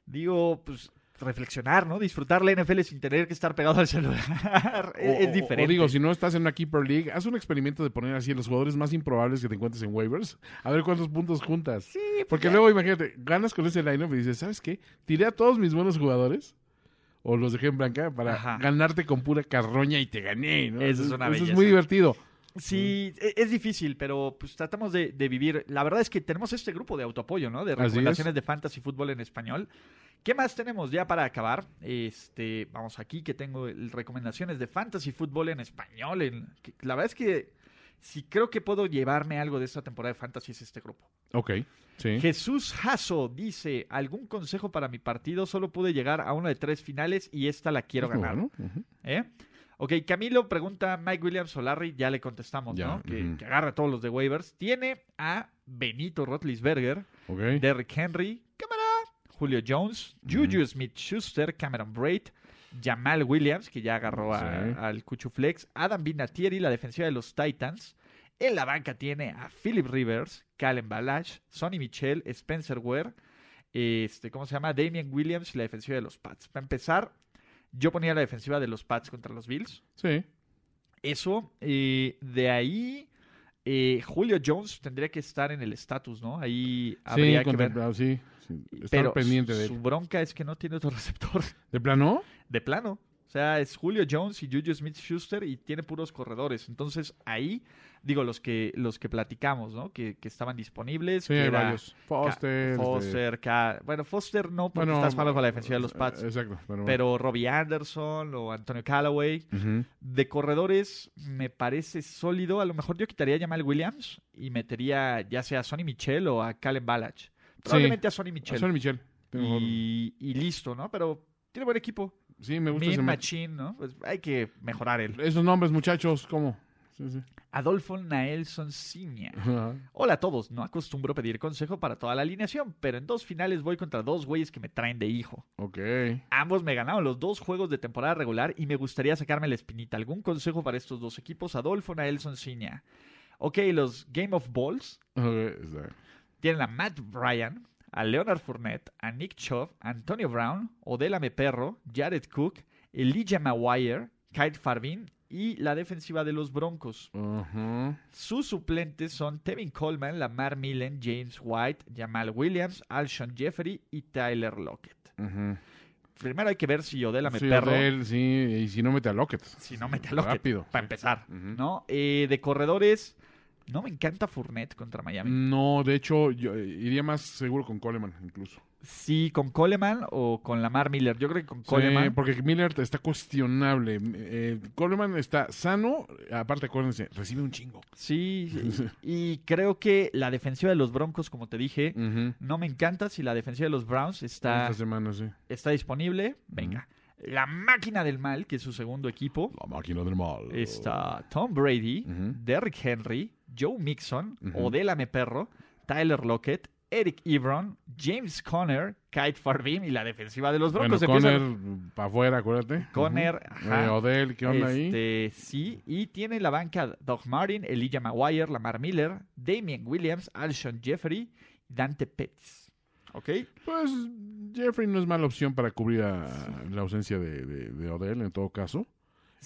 S3: digo, pues reflexionar, ¿no? Disfrutar la NFL sin tener que estar pegado al celular. [laughs] es,
S2: O-
S3: es
S2: o-
S3: diferente.
S2: O digo, si no estás en una Keeper League, haz un experimento de poner así a los jugadores más improbables que te encuentres en waivers, a ver cuántos puntos juntas.
S3: sí,
S2: Porque luego, imagínate, ganas con ese lineup y dices, ¿sabes qué? Tiré a todos mis buenos jugadores. O los dejé en blanca para
S3: Ajá.
S2: ganarte con pura carroña y te gané, ¿no?
S3: Eso es una
S2: Eso
S3: belleza.
S2: es muy divertido.
S3: Sí, e- es difícil, pero pues tratamos de, de vivir. La verdad es que tenemos este grupo de autoapoyo, ¿no? De
S2: Así es.
S3: recomendaciones de fantasy fútbol en español. ¿Qué más tenemos ya para acabar? Este, vamos aquí que tengo el- recomendaciones de fantasy fútbol en español. en- que- la verdad es que si creo que puedo llevarme algo de esta temporada de fantasy es este grupo.
S2: Ok, sí.
S3: Jesús Jasso dice, ¿algún consejo para mi partido? Solo pude llegar a una de tres finales y esta la quiero
S2: Es muy
S3: ganar.
S2: bueno, ujú.
S3: ¿Eh? Ok, Camilo pregunta a Mike Williams o Larry, ya le contestamos,
S2: Ya,
S3: ¿no? Que,
S2: ujú.
S3: que agarra a todos los de waivers. Tiene a Benito Rotlisberger,
S2: Ok.
S3: Derrick Henry, cámara, Julio Jones, Juju Smith Schuster, Cameron Braid, Jamal Williams, que ya agarró a-
S2: Sí.
S3: al Cuchuflex, Adam Vinatieri, la defensiva de los Titans. En la banca tiene a Philip Rivers, Calen Balash, Sonny Michel, Spencer Ware, este, ¿cómo se llama? Damian Williams y la defensiva de los Pats. Para empezar, yo ponía la defensiva de los Pats contra los Bills.
S2: Sí.
S3: Eso, eh, de ahí, eh, Julio Jones tendría que estar en el estatus, ¿no? Ahí habría
S2: sí,
S3: que ver.
S2: contemplado, sí, sí. Estar
S3: Pero
S2: pendiente de
S3: su
S2: él.
S3: bronca es que no tiene otro [laughs] receptor
S2: ¿De plano?
S3: de plano. O sea, es Julio Jones y Juju Smith-Schuster y tiene puros corredores. Entonces, ahí, digo, los que, los que platicamos, ¿no? Que, que estaban disponibles.
S2: Sí,
S3: que
S2: hay
S3: era
S2: varios.
S3: Ca-
S2: Foster. este, eh,
S3: Foster, Ca- Bueno, Foster no, porque estás malo con la defensiva de los Pats.
S2: Exacto. Pero.
S3: pero Robbie Anderson o Antonio Callaway.
S2: bueno. Ujú.
S3: De corredores, me parece sólido. A lo mejor yo quitaría a Jamal Williams y metería ya sea a Sonny Michel o a Calen Balach. Probablemente a Sonny
S2: Ah,
S3: Michel.
S2: Son Michel. Tengo-
S3: Y, y listo, ¿no? Pero tiene buen equipo.
S2: Sí, me gusta
S3: Mean
S2: ese match.
S3: Machine, ¿no? Pues hay que mejorar él.
S2: Esos nombres, muchachos, ¿cómo? Sí, sí.
S3: Adolfo Naelson Ciña.
S2: Ajá.
S3: Hola a todos, no acostumbro pedir consejo para toda la alineación, pero en dos finales voy contra dos güeyes que me traen de hijo.
S2: Ok.
S3: Ambos me ganaron los dos juegos de temporada regular y me gustaría sacarme la espinita. ¿Algún consejo para estos dos equipos? Adolfo Naelson Ciña. Ok, los Game of Balls
S2: Ok, está bien.
S3: tienen a Matt Bryan, a Leonard Fournette, a Nick Chubb, a Antonio Brown, Odélame Perro, Jared Cook, Elijah Maguire, Kyle Farvin y la defensiva de los Broncos.
S2: Ajá.
S3: Sus suplentes son Tevin Coleman, Lamar Millen, James White, Jamal Williams, Alshon Jeffrey y Tyler Lockett.
S2: Ajá.
S3: Primero hay que ver si Odélame
S2: Sí,
S3: Perro,
S2: Odell, sí, y si no mete a Lockett.
S3: si no mete a Lockett,
S2: Rápido.
S3: para empezar,
S2: Ujú.
S3: ¿no? Eh, de corredores, no me encanta Fournette contra Miami.
S2: No, de hecho, yo eh, iría más seguro con Coleman, incluso.
S3: Sí, con Coleman o con Lamar Miller. Yo creo que con
S2: Sí,
S3: Coleman.
S2: porque Miller está cuestionable. Eh, Coleman está sano, aparte, acuérdense, recibe un chingo.
S3: Sí, sí. y creo que la defensiva de los Broncos, como te dije, no me encanta. Si la defensiva de los Browns está,
S2: Esta semana, sí.
S3: está disponible, venga. La máquina del mal, que es su segundo equipo,
S2: La máquina del mal.
S3: está Tom Brady,
S2: Ujú.
S3: Derrick Henry, Joe Mixon,
S2: Ujú.
S3: Odélame Perro, Tyler Lockett, Eric Ebron, James Conner, Kite Farbeam y la defensiva de los
S2: Bueno,
S3: Broncos.
S2: Conner
S3: Empiezan-
S2: para afuera, acuérdate.
S3: Conner,
S2: Ujú.
S3: ajá.
S2: Eh, Odell, ¿qué onda ahí?
S3: Este, sí, y tiene la banca Doug Martin, Elijah Maguire, Lamar Miller, Damien Williams, Alshon Jeffrey, Dante Pettis. ¿Ok?
S2: Pues Jeffrey no es mala opción para cubrir a- la ausencia de, de- de Odell, en todo caso.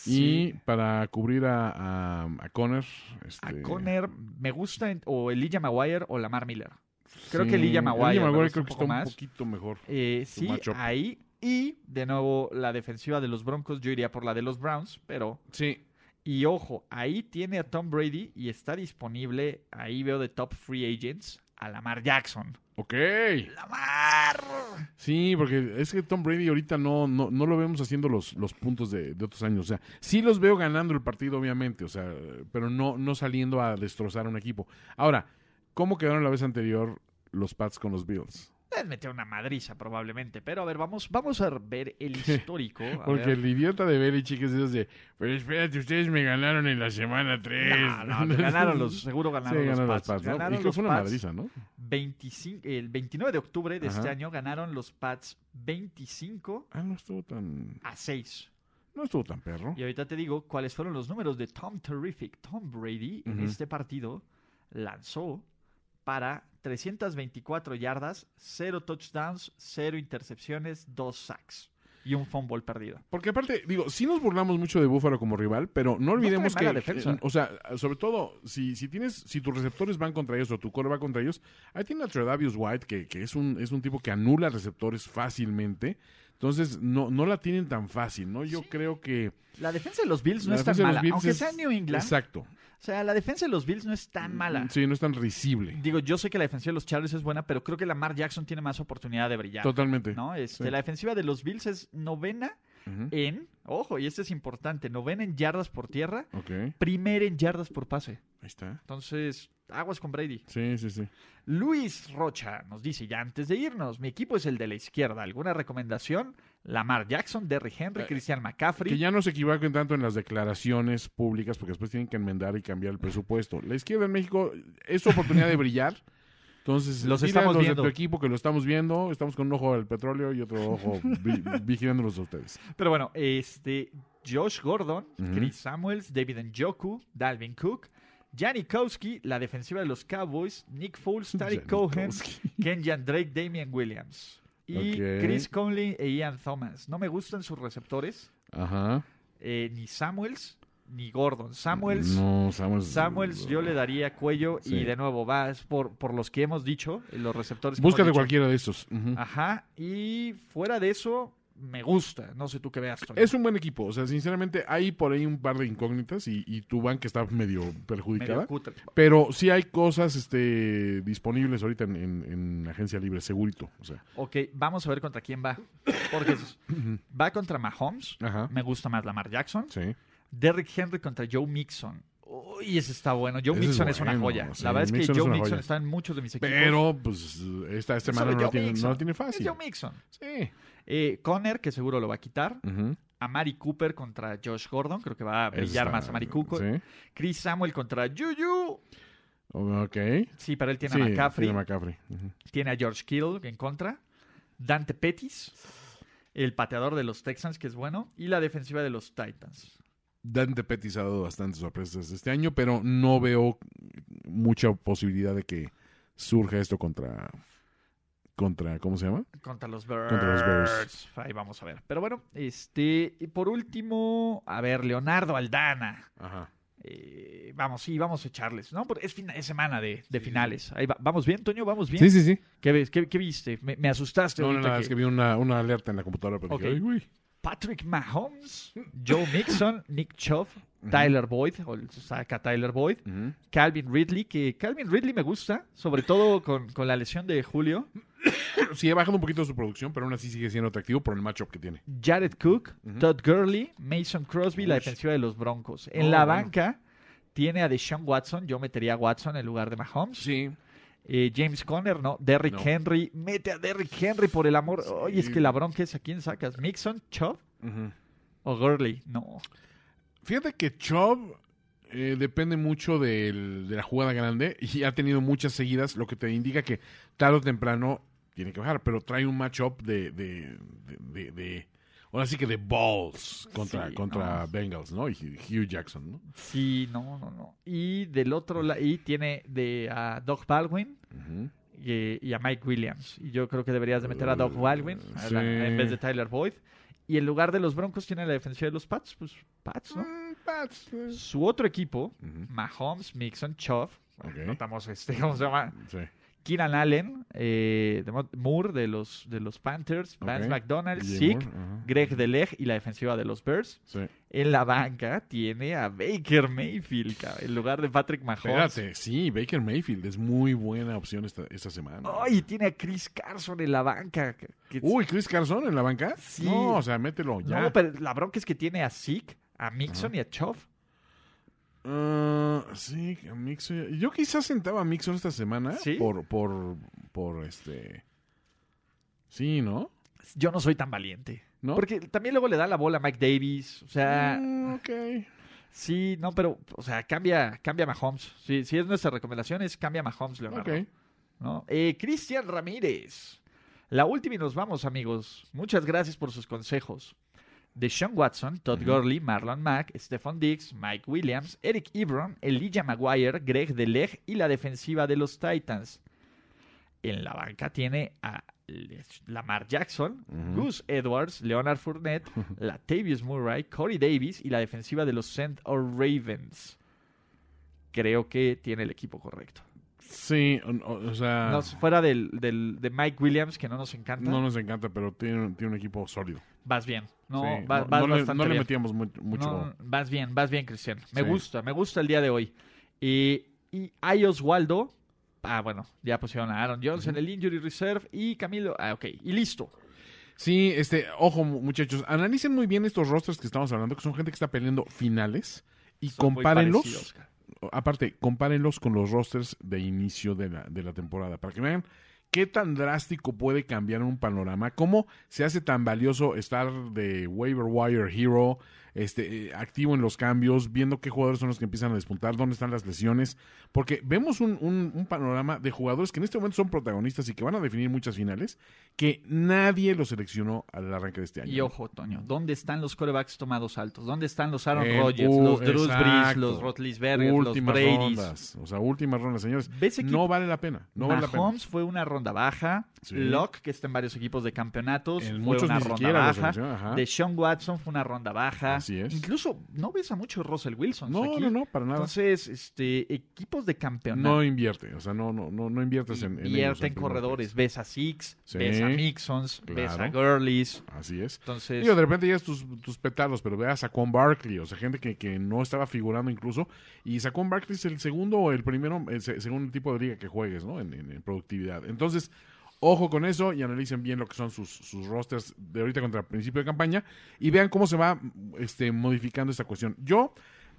S2: Y para cubrir a, a, a Conner. Este,
S3: a Conner me gusta en- o Elijah Maguire o Lamar Miller. Creo
S2: sí.
S3: que Elijah Maguire. me gusta
S2: creo
S3: un
S2: que
S3: poco
S2: está un
S3: más.
S2: poquito mejor.
S3: Eh, sí,
S2: matchup.
S3: ahí. Y de nuevo la defensiva de los Broncos, yo iría por la de los Browns, pero...
S2: Sí.
S3: Y ojo, ahí tiene a Tom Brady y está disponible, ahí veo de top free agents, a Lamar Jackson.
S2: Ok.
S3: ¡Lamar!
S2: Sí, porque es que Tom Brady ahorita no, no, no lo vemos haciendo los, los puntos de, de otros años. O sea, sí los veo ganando el partido, obviamente, o sea, pero no, no saliendo a destrozar a un equipo. Ahora, ¿cómo quedaron la vez anterior los Pats con los Bills?
S3: Les metió una madriza probablemente, pero a ver, vamos, vamos a ver
S2: [laughs]
S3: el histórico. a
S2: Porque
S3: ver.
S2: el idiota de Belichick es de esos de, pero espérate, ustedes me ganaron en la semana 3.
S3: No, no,
S2: [laughs]
S3: le ganaron los, seguro
S2: Sí,
S3: ganaron los
S2: ganaron los
S3: Pats.
S2: Pats, ¿no?
S3: Ganaron
S2: Y creo que
S3: los
S2: fue una
S3: Pats
S2: madriza, ¿no?
S3: 25 el 29 de octubre de este
S2: Ajá.
S3: año ganaron los Pats 25
S2: Ah, no estuvo tan,
S3: a 6.
S2: no estuvo tan perro.
S3: Y ahorita te digo cuáles fueron los números de Tom Terrific. Tom Brady en
S2: Ujú.
S3: este partido lanzó para 324 yardas, 0 touchdowns, 0 intercepciones, 2 sacks y un fumble perdido.
S2: Porque aparte, digo, sí nos burlamos mucho de Búfalo como rival, pero no olvidemos
S3: trae mala
S2: que,
S3: defensa.
S2: eh, o sea, sobre todo, si, si tienes, si tus receptores van contra ellos o tu core va contra ellos, ahí tiene a Tredavious White, que, que es un, es un tipo que anula receptores fácilmente. Entonces, no, no la tienen tan fácil, ¿no? Yo creo que.
S3: La defensa de los Bills no
S2: la
S3: es tan
S2: defensa de los
S3: mala,
S2: Bills
S3: aunque
S2: es-
S3: sea New England.
S2: Exacto. Mm,
S3: O sea, la defensa de los Bills no es tan mala.
S2: Sí, no es tan risible.
S3: Digo, yo sé que la defensa de los Chargers es buena, pero creo que Lamar Jackson tiene más oportunidad de brillar.
S2: Totalmente.
S3: ¿no? Eh, Este,
S2: Sí.
S3: La defensiva de los Bills es novena
S2: Ujú.
S3: en, ojo, y este es importante, novena en yardas por tierra,
S2: Ok, ahí
S3: primera en yardas por pase.
S2: está.
S3: Entonces, aguas con Brady.
S2: Sí, sí, sí.
S3: Luis Rocha nos dice, ya antes de irnos, mi equipo es el de la izquierda. ¿Alguna recomendación? Lamar Jackson, Derry Henry,
S2: Eh,
S3: Christian
S2: Que
S3: McCaffrey.
S2: ya no se equivoquen tanto en las declaraciones públicas, porque después tienen que enmendar y cambiar el presupuesto. La izquierda en México es su oportunidad de brillar. Entonces,
S3: Los
S2: dile a
S3: estamos
S2: los
S3: viendo.
S2: de tu equipo que lo estamos viendo. Estamos con un ojo al petróleo y otro ojo
S3: [laughs]
S2: vi- vigilándolos a ustedes.
S3: Pero bueno, este Josh Gordon,
S2: Ujú.
S3: Chris Samuels, David Njoku, Dalvin Cook, Janikowski, la defensiva de los Cowboys, Nick
S2: [laughs]
S3: Foles, Tarek Cohen,
S2: Janikowski.
S3: Kenyan Drake, Damian Williams. Y
S2: Ok.
S3: Chris Conley e Ian Thomas. No me gustan sus receptores,
S2: Ajá.
S3: eh, ni Samuels, ni Gordon. Samuels,
S2: No, Samuels.
S3: Samuels yo le daría cuello
S2: Sí.
S3: y de nuevo vas por, por los que hemos dicho, eh, los receptores. que hemos
S2: Búscate
S3: dicho.
S2: cualquiera de estos. Ujú.
S3: Ajá, y fuera de eso, me gusta. No sé tú qué veas. Toño.
S2: Es un buen equipo. O sea, sinceramente, hay por ahí un par de incógnitas y, y tu banca está medio perjudicada.
S3: medio cutre.
S2: Pero sí hay cosas este, disponibles ahorita en, en- en agencia libre, segurito. O sea,
S3: Ok, vamos a ver contra quién va. Porque es- va contra Mahomes.
S2: Ajá.
S3: Me gusta más Lamar Jackson.
S2: sí.
S3: Derrick Henry contra Joe Mixon. Uy, ese está bueno. Joe
S2: Ese es
S3: Mixon es, una
S2: bueno,
S3: joya.
S2: sí,
S3: la verdad es
S2: Mixon es
S3: que Joe
S2: una
S3: Mixon
S2: joya.
S3: está en muchos de mis equipos.
S2: Pero, pues, esta esta semana
S3: Solo
S2: no lo
S3: Joe
S2: tiene, no
S3: Mixon.
S2: lo tiene
S3: es
S2: fácil.
S3: Joe Mixon.
S2: Sí.
S3: Eh, Conner, que seguro lo va a quitar.
S2: Ujú.
S3: Amari Cooper contra Josh Gordon. Creo que va a
S2: Ese
S3: brillar
S2: está-
S3: más Amari Cooper.
S2: Sí.
S3: Chris Samuel contra Juju.
S2: Ok.
S3: Sí, para él tiene
S2: Sí,
S3: a McCaffrey.
S2: tiene a McCaffrey. Ujú.
S3: Tiene a George Kittle en contra. Dante Pettis, el pateador de los Texans, que es bueno. Y la defensiva de los Titans.
S2: Dante Pettis ha dado bastantes sorpresas este año, pero no veo mucha posibilidad de que surja esto contra. contra ¿Cómo se llama?
S3: Contra los Bears.
S2: Contra los Bears.
S3: Ahí vamos a ver. Pero bueno, este. Y por último, a ver, Leonardo Aldana.
S2: Ajá.
S3: Eh, vamos, sí, vamos a echarles, ¿no? Porque es, fina- es semana de, de finales. Ahí va- ¿Vamos bien, Toño? ¿Vamos bien?
S2: Sí, sí, sí.
S3: ¿Qué ves? ¿Qué, qué viste? Me, me asustaste.
S2: No, no,
S3: ahorita
S2: nada,
S3: que-
S2: es que vi una, una alerta en la computadora. Pero dije,
S3: Ok.
S2: "Ay, güey".
S3: Patrick Mahomes, Joe Mixon, [laughs] Nick Chubb, Tyler Boyd, o el- saca Tyler Boyd,
S2: Ujú.
S3: Calvin Ridley, que Calvin Ridley me gusta, sobre todo con, con la lesión de Julio,
S2: [clears throat] Sí, ha bajado un poquito su producción, pero aún así sigue siendo atractivo por el matchup que tiene.
S3: Jared Cook, Todd Gurley, Mason Crosby, la defensiva de los Broncos. En
S2: Oh,
S4: bueno.
S3: la banca tiene a Deshaun Watson, yo metería a Watson en lugar de Mahomes.
S2: Sí.
S3: Eh, James Conner, ¿no? Derrick
S2: No.
S3: Henry, mete a Derrick Henry por el amor.
S2: Sí.
S3: Oye, es que la bronca es a quién sacas, Mixon, Chubb o Gurley. No.
S2: Fíjate que Chubb eh, depende mucho del- de la jugada grande [laughs] y ha tenido muchas seguidas, lo que te indica que tarde o temprano tiene que bajar, pero trae un matchup de, de, de, de- de- ahora sí que de balls contra,
S3: Sí,
S2: contra
S3: no.
S2: Bengals, ¿no? Y Hugh Jackson, ¿no?
S3: Sí, no, no, no. Y del otro lado, y tiene de a Doug Baldwin eh, y, y a Mike Williams. Y yo creo que deberías de meter a Doug Baldwin a la-
S2: Uh, Sí.
S3: en vez de Tyler Boyd. Y en lugar de los Broncos tiene la defensiva de los Pats, pues Pats, ¿no?
S2: Mm, Pats, eh.
S3: Su otro equipo,
S2: Ujú.
S3: Mahomes, Mixon, Chubb,
S2: Ok.
S3: notamos este, ¿cómo se llama?
S2: Sí.
S3: Keenan Allen, eh, Demont- Moore de los, de los Panthers, Vance
S2: Ok.
S3: McDonald,
S2: DJ
S3: Zeke,
S2: Moore, ajá.
S3: Greg Deleg y la defensiva de los Bears.
S2: Sí.
S3: En la banca tiene a Baker Mayfield, cabrón, en lugar de Patrick Mahomes.
S2: Espérate, sí, Baker Mayfield es muy buena opción esta, esta semana.
S3: Ay, tiene a Chris Carson en la banca. que- que-
S2: Uy, Chris Carson en la banca.
S3: Sí.
S2: No, o sea, mételo ya.
S3: no, pero la bronca es que tiene a Zeke, a Mixon y a Chov.
S2: Ah, sí, a Mixon. Yo quizás sentaba a Mixon esta semana
S3: ¿Sí?
S2: por, por, por este. Sí, ¿no?
S3: Yo no soy tan valiente.
S2: ¿No?
S3: Porque ah, también luego le da la bola a Mike Davis. O sea,
S2: Mm, ok.
S3: sí, no, pero, o sea, cambia, cambia a Mahomes. Sí, sí, es nuestra recomendación, es cambia a Mahomes, Leonardo.
S2: Ok.
S3: ¿no? Eh, Cristian Ramírez. La última y nos vamos, amigos. Muchas gracias por sus consejos. De Sean Watson, Todd Gurley, Marlon Mack, Stephon Diggs, Mike Williams, Eric Ebron, Elijah Maguire, Greg Deleg y la defensiva de los Titans. En la banca tiene a Le- Lamar Jackson,
S2: Ujú.
S3: Gus Edwards, Leonard Fournette, Latavius Murray, Corey Davis y la defensiva de los Saint or Ravens. Creo que tiene el equipo correcto.
S2: Sí, o, o- o sea.
S3: Nos- fuera del, del- de Mike Williams, que no nos encanta,
S2: Ah. No nos encanta, pero tiene, un- tiene un equipo sólido.
S3: vas bien. No,
S2: Sí,
S3: va-
S2: no-
S3: vas
S2: no le,
S3: bastante
S2: no le
S3: bien.
S2: metíamos mu- mucho.
S3: No, vas bien, vas bien, Cristian. Me
S2: Sí.
S3: gusta, me gusta el día de hoy. Y, y hay Oswaldo. Ah, bueno, ya pusieron a Aaron Jones en el Injury Reserve y Camilo. Ah, ok, y listo.
S2: Sí, este, ojo, mu- muchachos, analicen muy bien estos rosters que estamos hablando, que son gente que está peleando finales. Y
S3: Son muy
S2: compárenlos.
S3: parecidos, cara.
S2: aparte, compárenlos con los rosters de inicio de la, de la temporada para que vean qué tan drástico puede cambiar un panorama, cómo se hace tan valioso estar de waiver wire hero, este, eh, activo en los cambios, viendo qué jugadores son los que empiezan a despuntar, dónde están las lesiones, porque vemos un, un- un panorama de jugadores que en este momento son protagonistas y que van a definir muchas finales, que nadie los seleccionó al arranque de este año.
S3: Y ojo, Toño, ¿dónde están los corebacks tomados altos? ¿Dónde están los Aaron
S2: Eh,
S3: Rodgers,
S2: uh,
S3: los Drew Brees,
S2: exacto.
S3: los Rotlisberger, los
S2: últimas
S3: Brady's?
S2: rondas, o sea, últimas rondas, señores.
S3: ¿Ves equipo?
S2: No vale la pena, no vale la pena.
S3: Mahomes fue una ronda baja.
S2: Sí.
S3: Locke, que está en varios equipos de campeonatos,
S2: En
S3: fue
S2: muchos
S3: una
S2: ni
S3: ronda
S2: siquiera los
S3: baja.
S2: mencionan, ajá.
S3: De Sean Watson fue una ronda baja.
S2: Así es.
S3: Incluso no ves a mucho Russell Wilson.
S2: No,
S3: aquí.
S2: no, no, para nada.
S3: Entonces, este, equipos de campeonato.
S2: no invierte, o sea, no, no, no, no inviertes en, en ellos
S3: Invierte en
S2: primer lugar.
S3: corredores. Ves a Six,
S2: Sí.
S3: ves a Mixons, ves a
S2: Claro.
S3: Gurleys.
S2: Así es.
S3: Entonces,
S2: Digo, de repente ya es tus, tus petados, pero veas a Saquon Barkley, o sea, gente que, que no estaba figurando incluso. Y Saquon Barkley es el segundo o el primero, eh, se- según el tipo de liga que juegues, ¿no? En, en- en productividad. Entonces, ojo con eso y analicen bien lo que son sus, sus rosters de ahorita contra el principio de campaña y vean cómo se va este, modificando esta cuestión. Yo,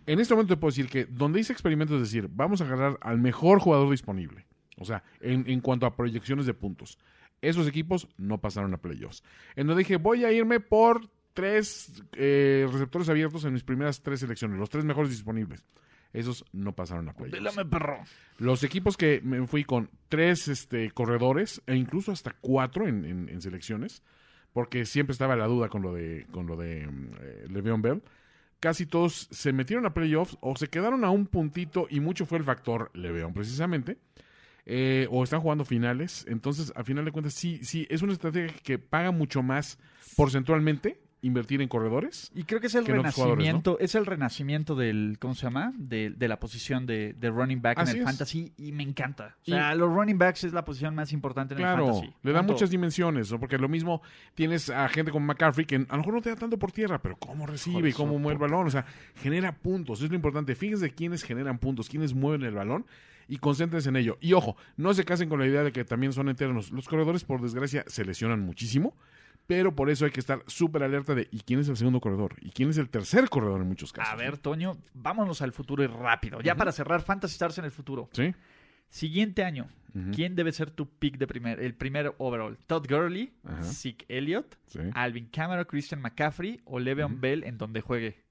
S2: En este momento te puedo decir que donde hice experimentos es decir, vamos a agarrar al mejor jugador disponible. O sea, en, en cuanto a proyecciones de puntos. Esos equipos no pasaron a playoffs. En donde dije, voy a irme por tres eh, receptores abiertos en mis primeras tres selecciones, los tres mejores disponibles. Esos no pasaron a playoffs.
S3: Délame, perro.
S2: Los equipos que me fui con tres este, corredores e incluso hasta cuatro en, en- en selecciones, porque siempre estaba la duda con lo de, con lo de mm, eh, Le'Veon Bell, casi todos se metieron a playoffs o se quedaron a un puntito y mucho fue el factor Le'Veon precisamente, eh, o están jugando finales. Entonces, a final de cuentas, sí, sí, es una estrategia que paga mucho más porcentualmente invertir en corredores.
S3: Y creo que es el
S2: Que en otros jugadores,
S3: renacimiento, es el renacimiento del, ¿cómo se llama? De, de la posición de, de running back
S2: Así
S3: en el
S2: es.
S3: fantasy y me encanta. O sea, los running backs es la posición más importante en el
S2: Claro,
S3: fantasy.
S2: le da
S3: Punto.
S2: muchas dimensiones, ¿no? porque lo mismo tienes a gente como McCaffrey que a lo mejor no te da tanto por tierra, pero cómo recibe y
S3: Híjole,
S2: cómo
S3: eso,
S2: mueve el balón, o sea, genera puntos, es lo importante. Fíjense quiénes generan puntos, quiénes mueven el balón y concéntrense en ello. Y ojo, no se casen con la idea de que también son eternos. Los corredores, por desgracia, se lesionan muchísimo, pero por eso hay que estar súper alerta de ¿y quién es el segundo corredor? ¿Y quién es el tercer corredor en muchos casos?
S3: A ver, Toño, vámonos al futuro y rápido. Ya para cerrar Fantasy Stars en el futuro.
S2: ¿Sí?
S3: Siguiente año,
S2: Ujú.
S3: ¿quién debe ser tu pick de primer, el primer overall? Todd Gurley,
S2: Ajá.
S3: Zeke Elliott,
S2: Sí.
S3: Alvin Kamara, Christian McCaffrey o Le'Veon Bell en donde juegue.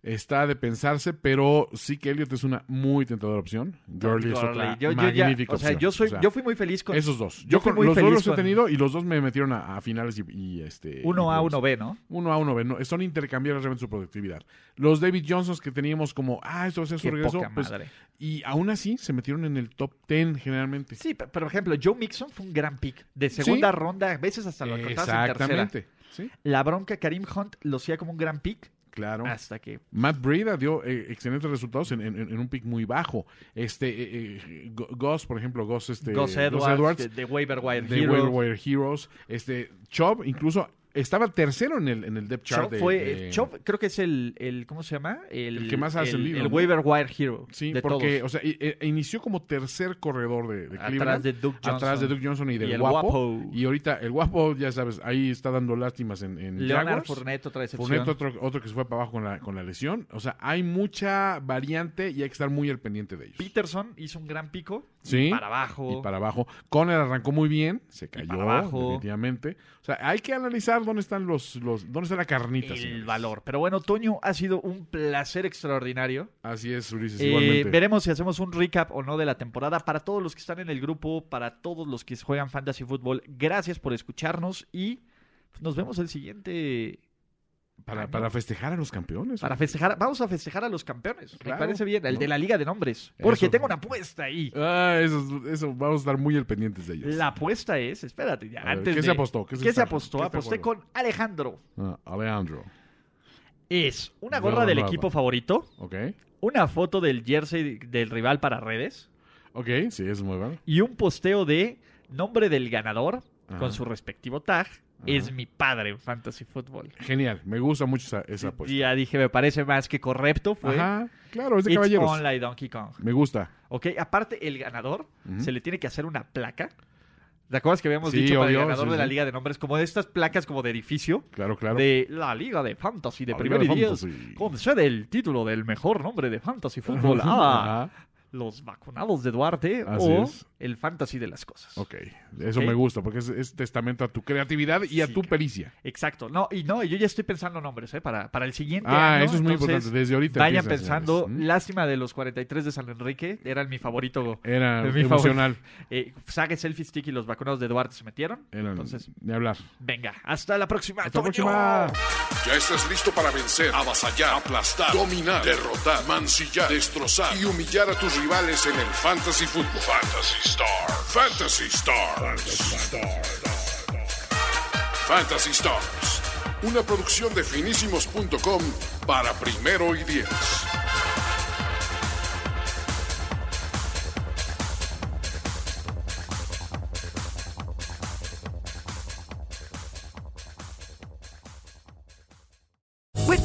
S2: Está de pensarse, pero sí que Elliot es una muy tentadora opción. Gurley es otra
S3: Yo, yo ya-
S2: magnífica
S3: o sea,
S2: opción.
S3: yo soy,
S2: O sea,
S3: yo fui muy feliz con
S2: esos dos.
S3: yo
S2: Yo,
S3: fui
S2: con,
S3: muy
S2: los dos
S3: feliz
S2: los he
S3: con-
S2: tenido y los dos me metieron a, a finales y, y, este.
S3: 1A,
S2: y-
S3: 1B, ¿no?
S2: Uno a uno, ve, no, son intercambiables realmente su productividad. Los David Johnson que teníamos como, ah, esto va a ser su
S3: Qué
S2: regreso.
S3: poca
S2: pues,
S3: madre.
S2: y aún así se metieron en el top 10 generalmente.
S3: Sí, pe- pero por ejemplo, Joe Mixon fue un gran pick. De segunda ronda, a veces hasta lo encontrabas en tercera.
S2: Exactamente. Sí,
S3: La bronca Karim Hunt lo hacía como un gran pick
S2: claro.
S3: hasta que
S2: Matt Breida dio eh, excelentes resultados en, en- en un pick muy bajo. Este, eh, eh, Go- Goss, por ejemplo, Goss, este,
S3: Gus Edwards, eh,
S2: Edwards,
S3: de, de Waiver Wire
S2: de
S3: Hero.
S2: World Warrior Heroes. Este, Chubb incluso estaba tercero en el, en el depth chart.
S3: Chop
S2: de-
S3: fue, eh,
S2: de-
S3: Chop creo que es el, el- ¿cómo se llama? El,
S2: El que más ha
S3: el-
S2: ascendido,
S3: El,
S2: ¿no?
S3: Waiver Wire Hero.
S2: Sí,
S3: de
S2: porque,
S3: todos.
S2: o sea, i- e- inició como tercer corredor de, de
S3: atrás
S2: Cleveland.
S3: de Duke Johnson.
S2: atrás de Duke Johnson y del
S3: Y el
S2: guapo.
S3: guapo.
S2: Y ahorita el guapo, ya sabes, ahí está dando lástimas en, en
S3: Leonard
S2: Jaguars.
S3: Fournette, otra excepción.
S2: Fournette, otro, otro que se fue para abajo con la, con la lesión. O sea, hay mucha variante y hay que estar muy al pendiente de ellos.
S3: Peterson hizo un gran pico.
S2: Sí.
S3: Para abajo.
S2: Y para abajo. Conner arrancó muy bien, se cayó
S3: para abajo.
S2: definitivamente. O sea, hay que analizar dónde están los, los dónde está la carnita.
S3: el
S2: señores.
S3: valor. Pero bueno, Toño, ha sido un placer extraordinario.
S2: Así es, Ulises,
S3: Eh,
S2: igualmente.
S3: veremos si hacemos un recap o no de la temporada. Para todos los que están en el grupo, para todos los que juegan fantasy fútbol, gracias por escucharnos y nos vemos el siguiente.
S2: Para, para festejar a los campeones.
S3: Para festejar, vamos a festejar a los campeones.
S2: Claro.
S3: Me parece bien, el
S2: No.
S3: de la Liga de Nombres. Porque
S2: Eso.
S3: tengo una apuesta ahí.
S2: Ah, eso, eso, vamos a estar muy al pendientes de ellos.
S3: La apuesta es, espérate, ya,
S2: A ver,
S3: antes
S2: ¿qué se
S3: de-
S2: apostó? ¿Qué
S3: ¿Qué
S2: se
S3: se,
S2: está-
S3: apostó?
S2: qué está
S3: Aposté
S2: jugando?
S3: con Alejandro.
S2: Ah, Alejandro,
S3: Es una
S2: Nueva,
S3: gorra del
S2: nueva.
S3: equipo favorito,
S2: ok.
S3: una foto del jersey del rival para redes
S2: Ok, sí, eso es muy bueno.
S3: y un posteo de nombre del ganador
S2: Ajá.
S3: con su respectivo tag. Es mi padre en fantasy fútbol.
S2: Genial, me gusta mucho esa, esa apuesta.
S3: Ya dije, me parece más que correcto. Fue
S2: Ajá, claro, es de
S3: It's
S2: caballeros.
S3: on like Donkey Kong.
S2: Me gusta.
S3: Ok, aparte, el ganador
S2: Ujú.
S3: se le tiene que hacer una placa. ¿Te acuerdas que habíamos
S2: Sí,
S3: dicho para
S2: obvio,
S3: el ganador
S2: sí,
S3: de la
S2: sí.
S3: Liga de Nombres? Como de estas placas como de edificio.
S2: Claro, claro. [laughs]
S3: De la Liga de Fantasy de
S2: La Liga
S3: primer y
S2: de
S3: diez.
S2: Fantasy.
S3: Concede el título del mejor nombre
S2: [laughs]
S3: de Fantasy Fútbol a
S2: Ajá,
S3: los vacunados de Duarte
S2: Así
S3: o
S2: es.
S3: el Fantasy de las cosas.
S2: Ok, eso
S3: Ok.
S2: me gusta porque es, es testamento a tu creatividad y a
S3: Sí,
S2: tu
S3: claro.
S2: pericia.
S3: Exacto. No, y no, yo ya estoy pensando nombres, ¿eh? Para, para el siguiente
S2: Ah,
S3: año.
S2: eso es muy
S3: Entonces,
S2: importante. Desde ahorita
S3: Vayan
S2: empiezan,
S3: pensando,
S2: señores. ¿Mm?
S3: lástima de los 43 de San Enrique, eran mi favorito.
S2: Era
S3: De mi
S2: Eh, emocional.
S3: [laughs] Eh, Sague Selfie Stick y los vacunados de Duarte se metieron.
S2: Era
S3: Entonces,
S2: de hablar.
S3: venga, hasta la próxima.
S2: Hasta la
S3: Toño.
S2: próxima.
S1: Ya estás listo para vencer, avasallar, aplastar, dominar, derrotar, mancillar, destrozar y humillar a tus rivales en el Fantasy Football. Fantasy Star. Fantasy Stars. Fantasy Stars. Una producción de finísimos.com para primero y diez.
S4: With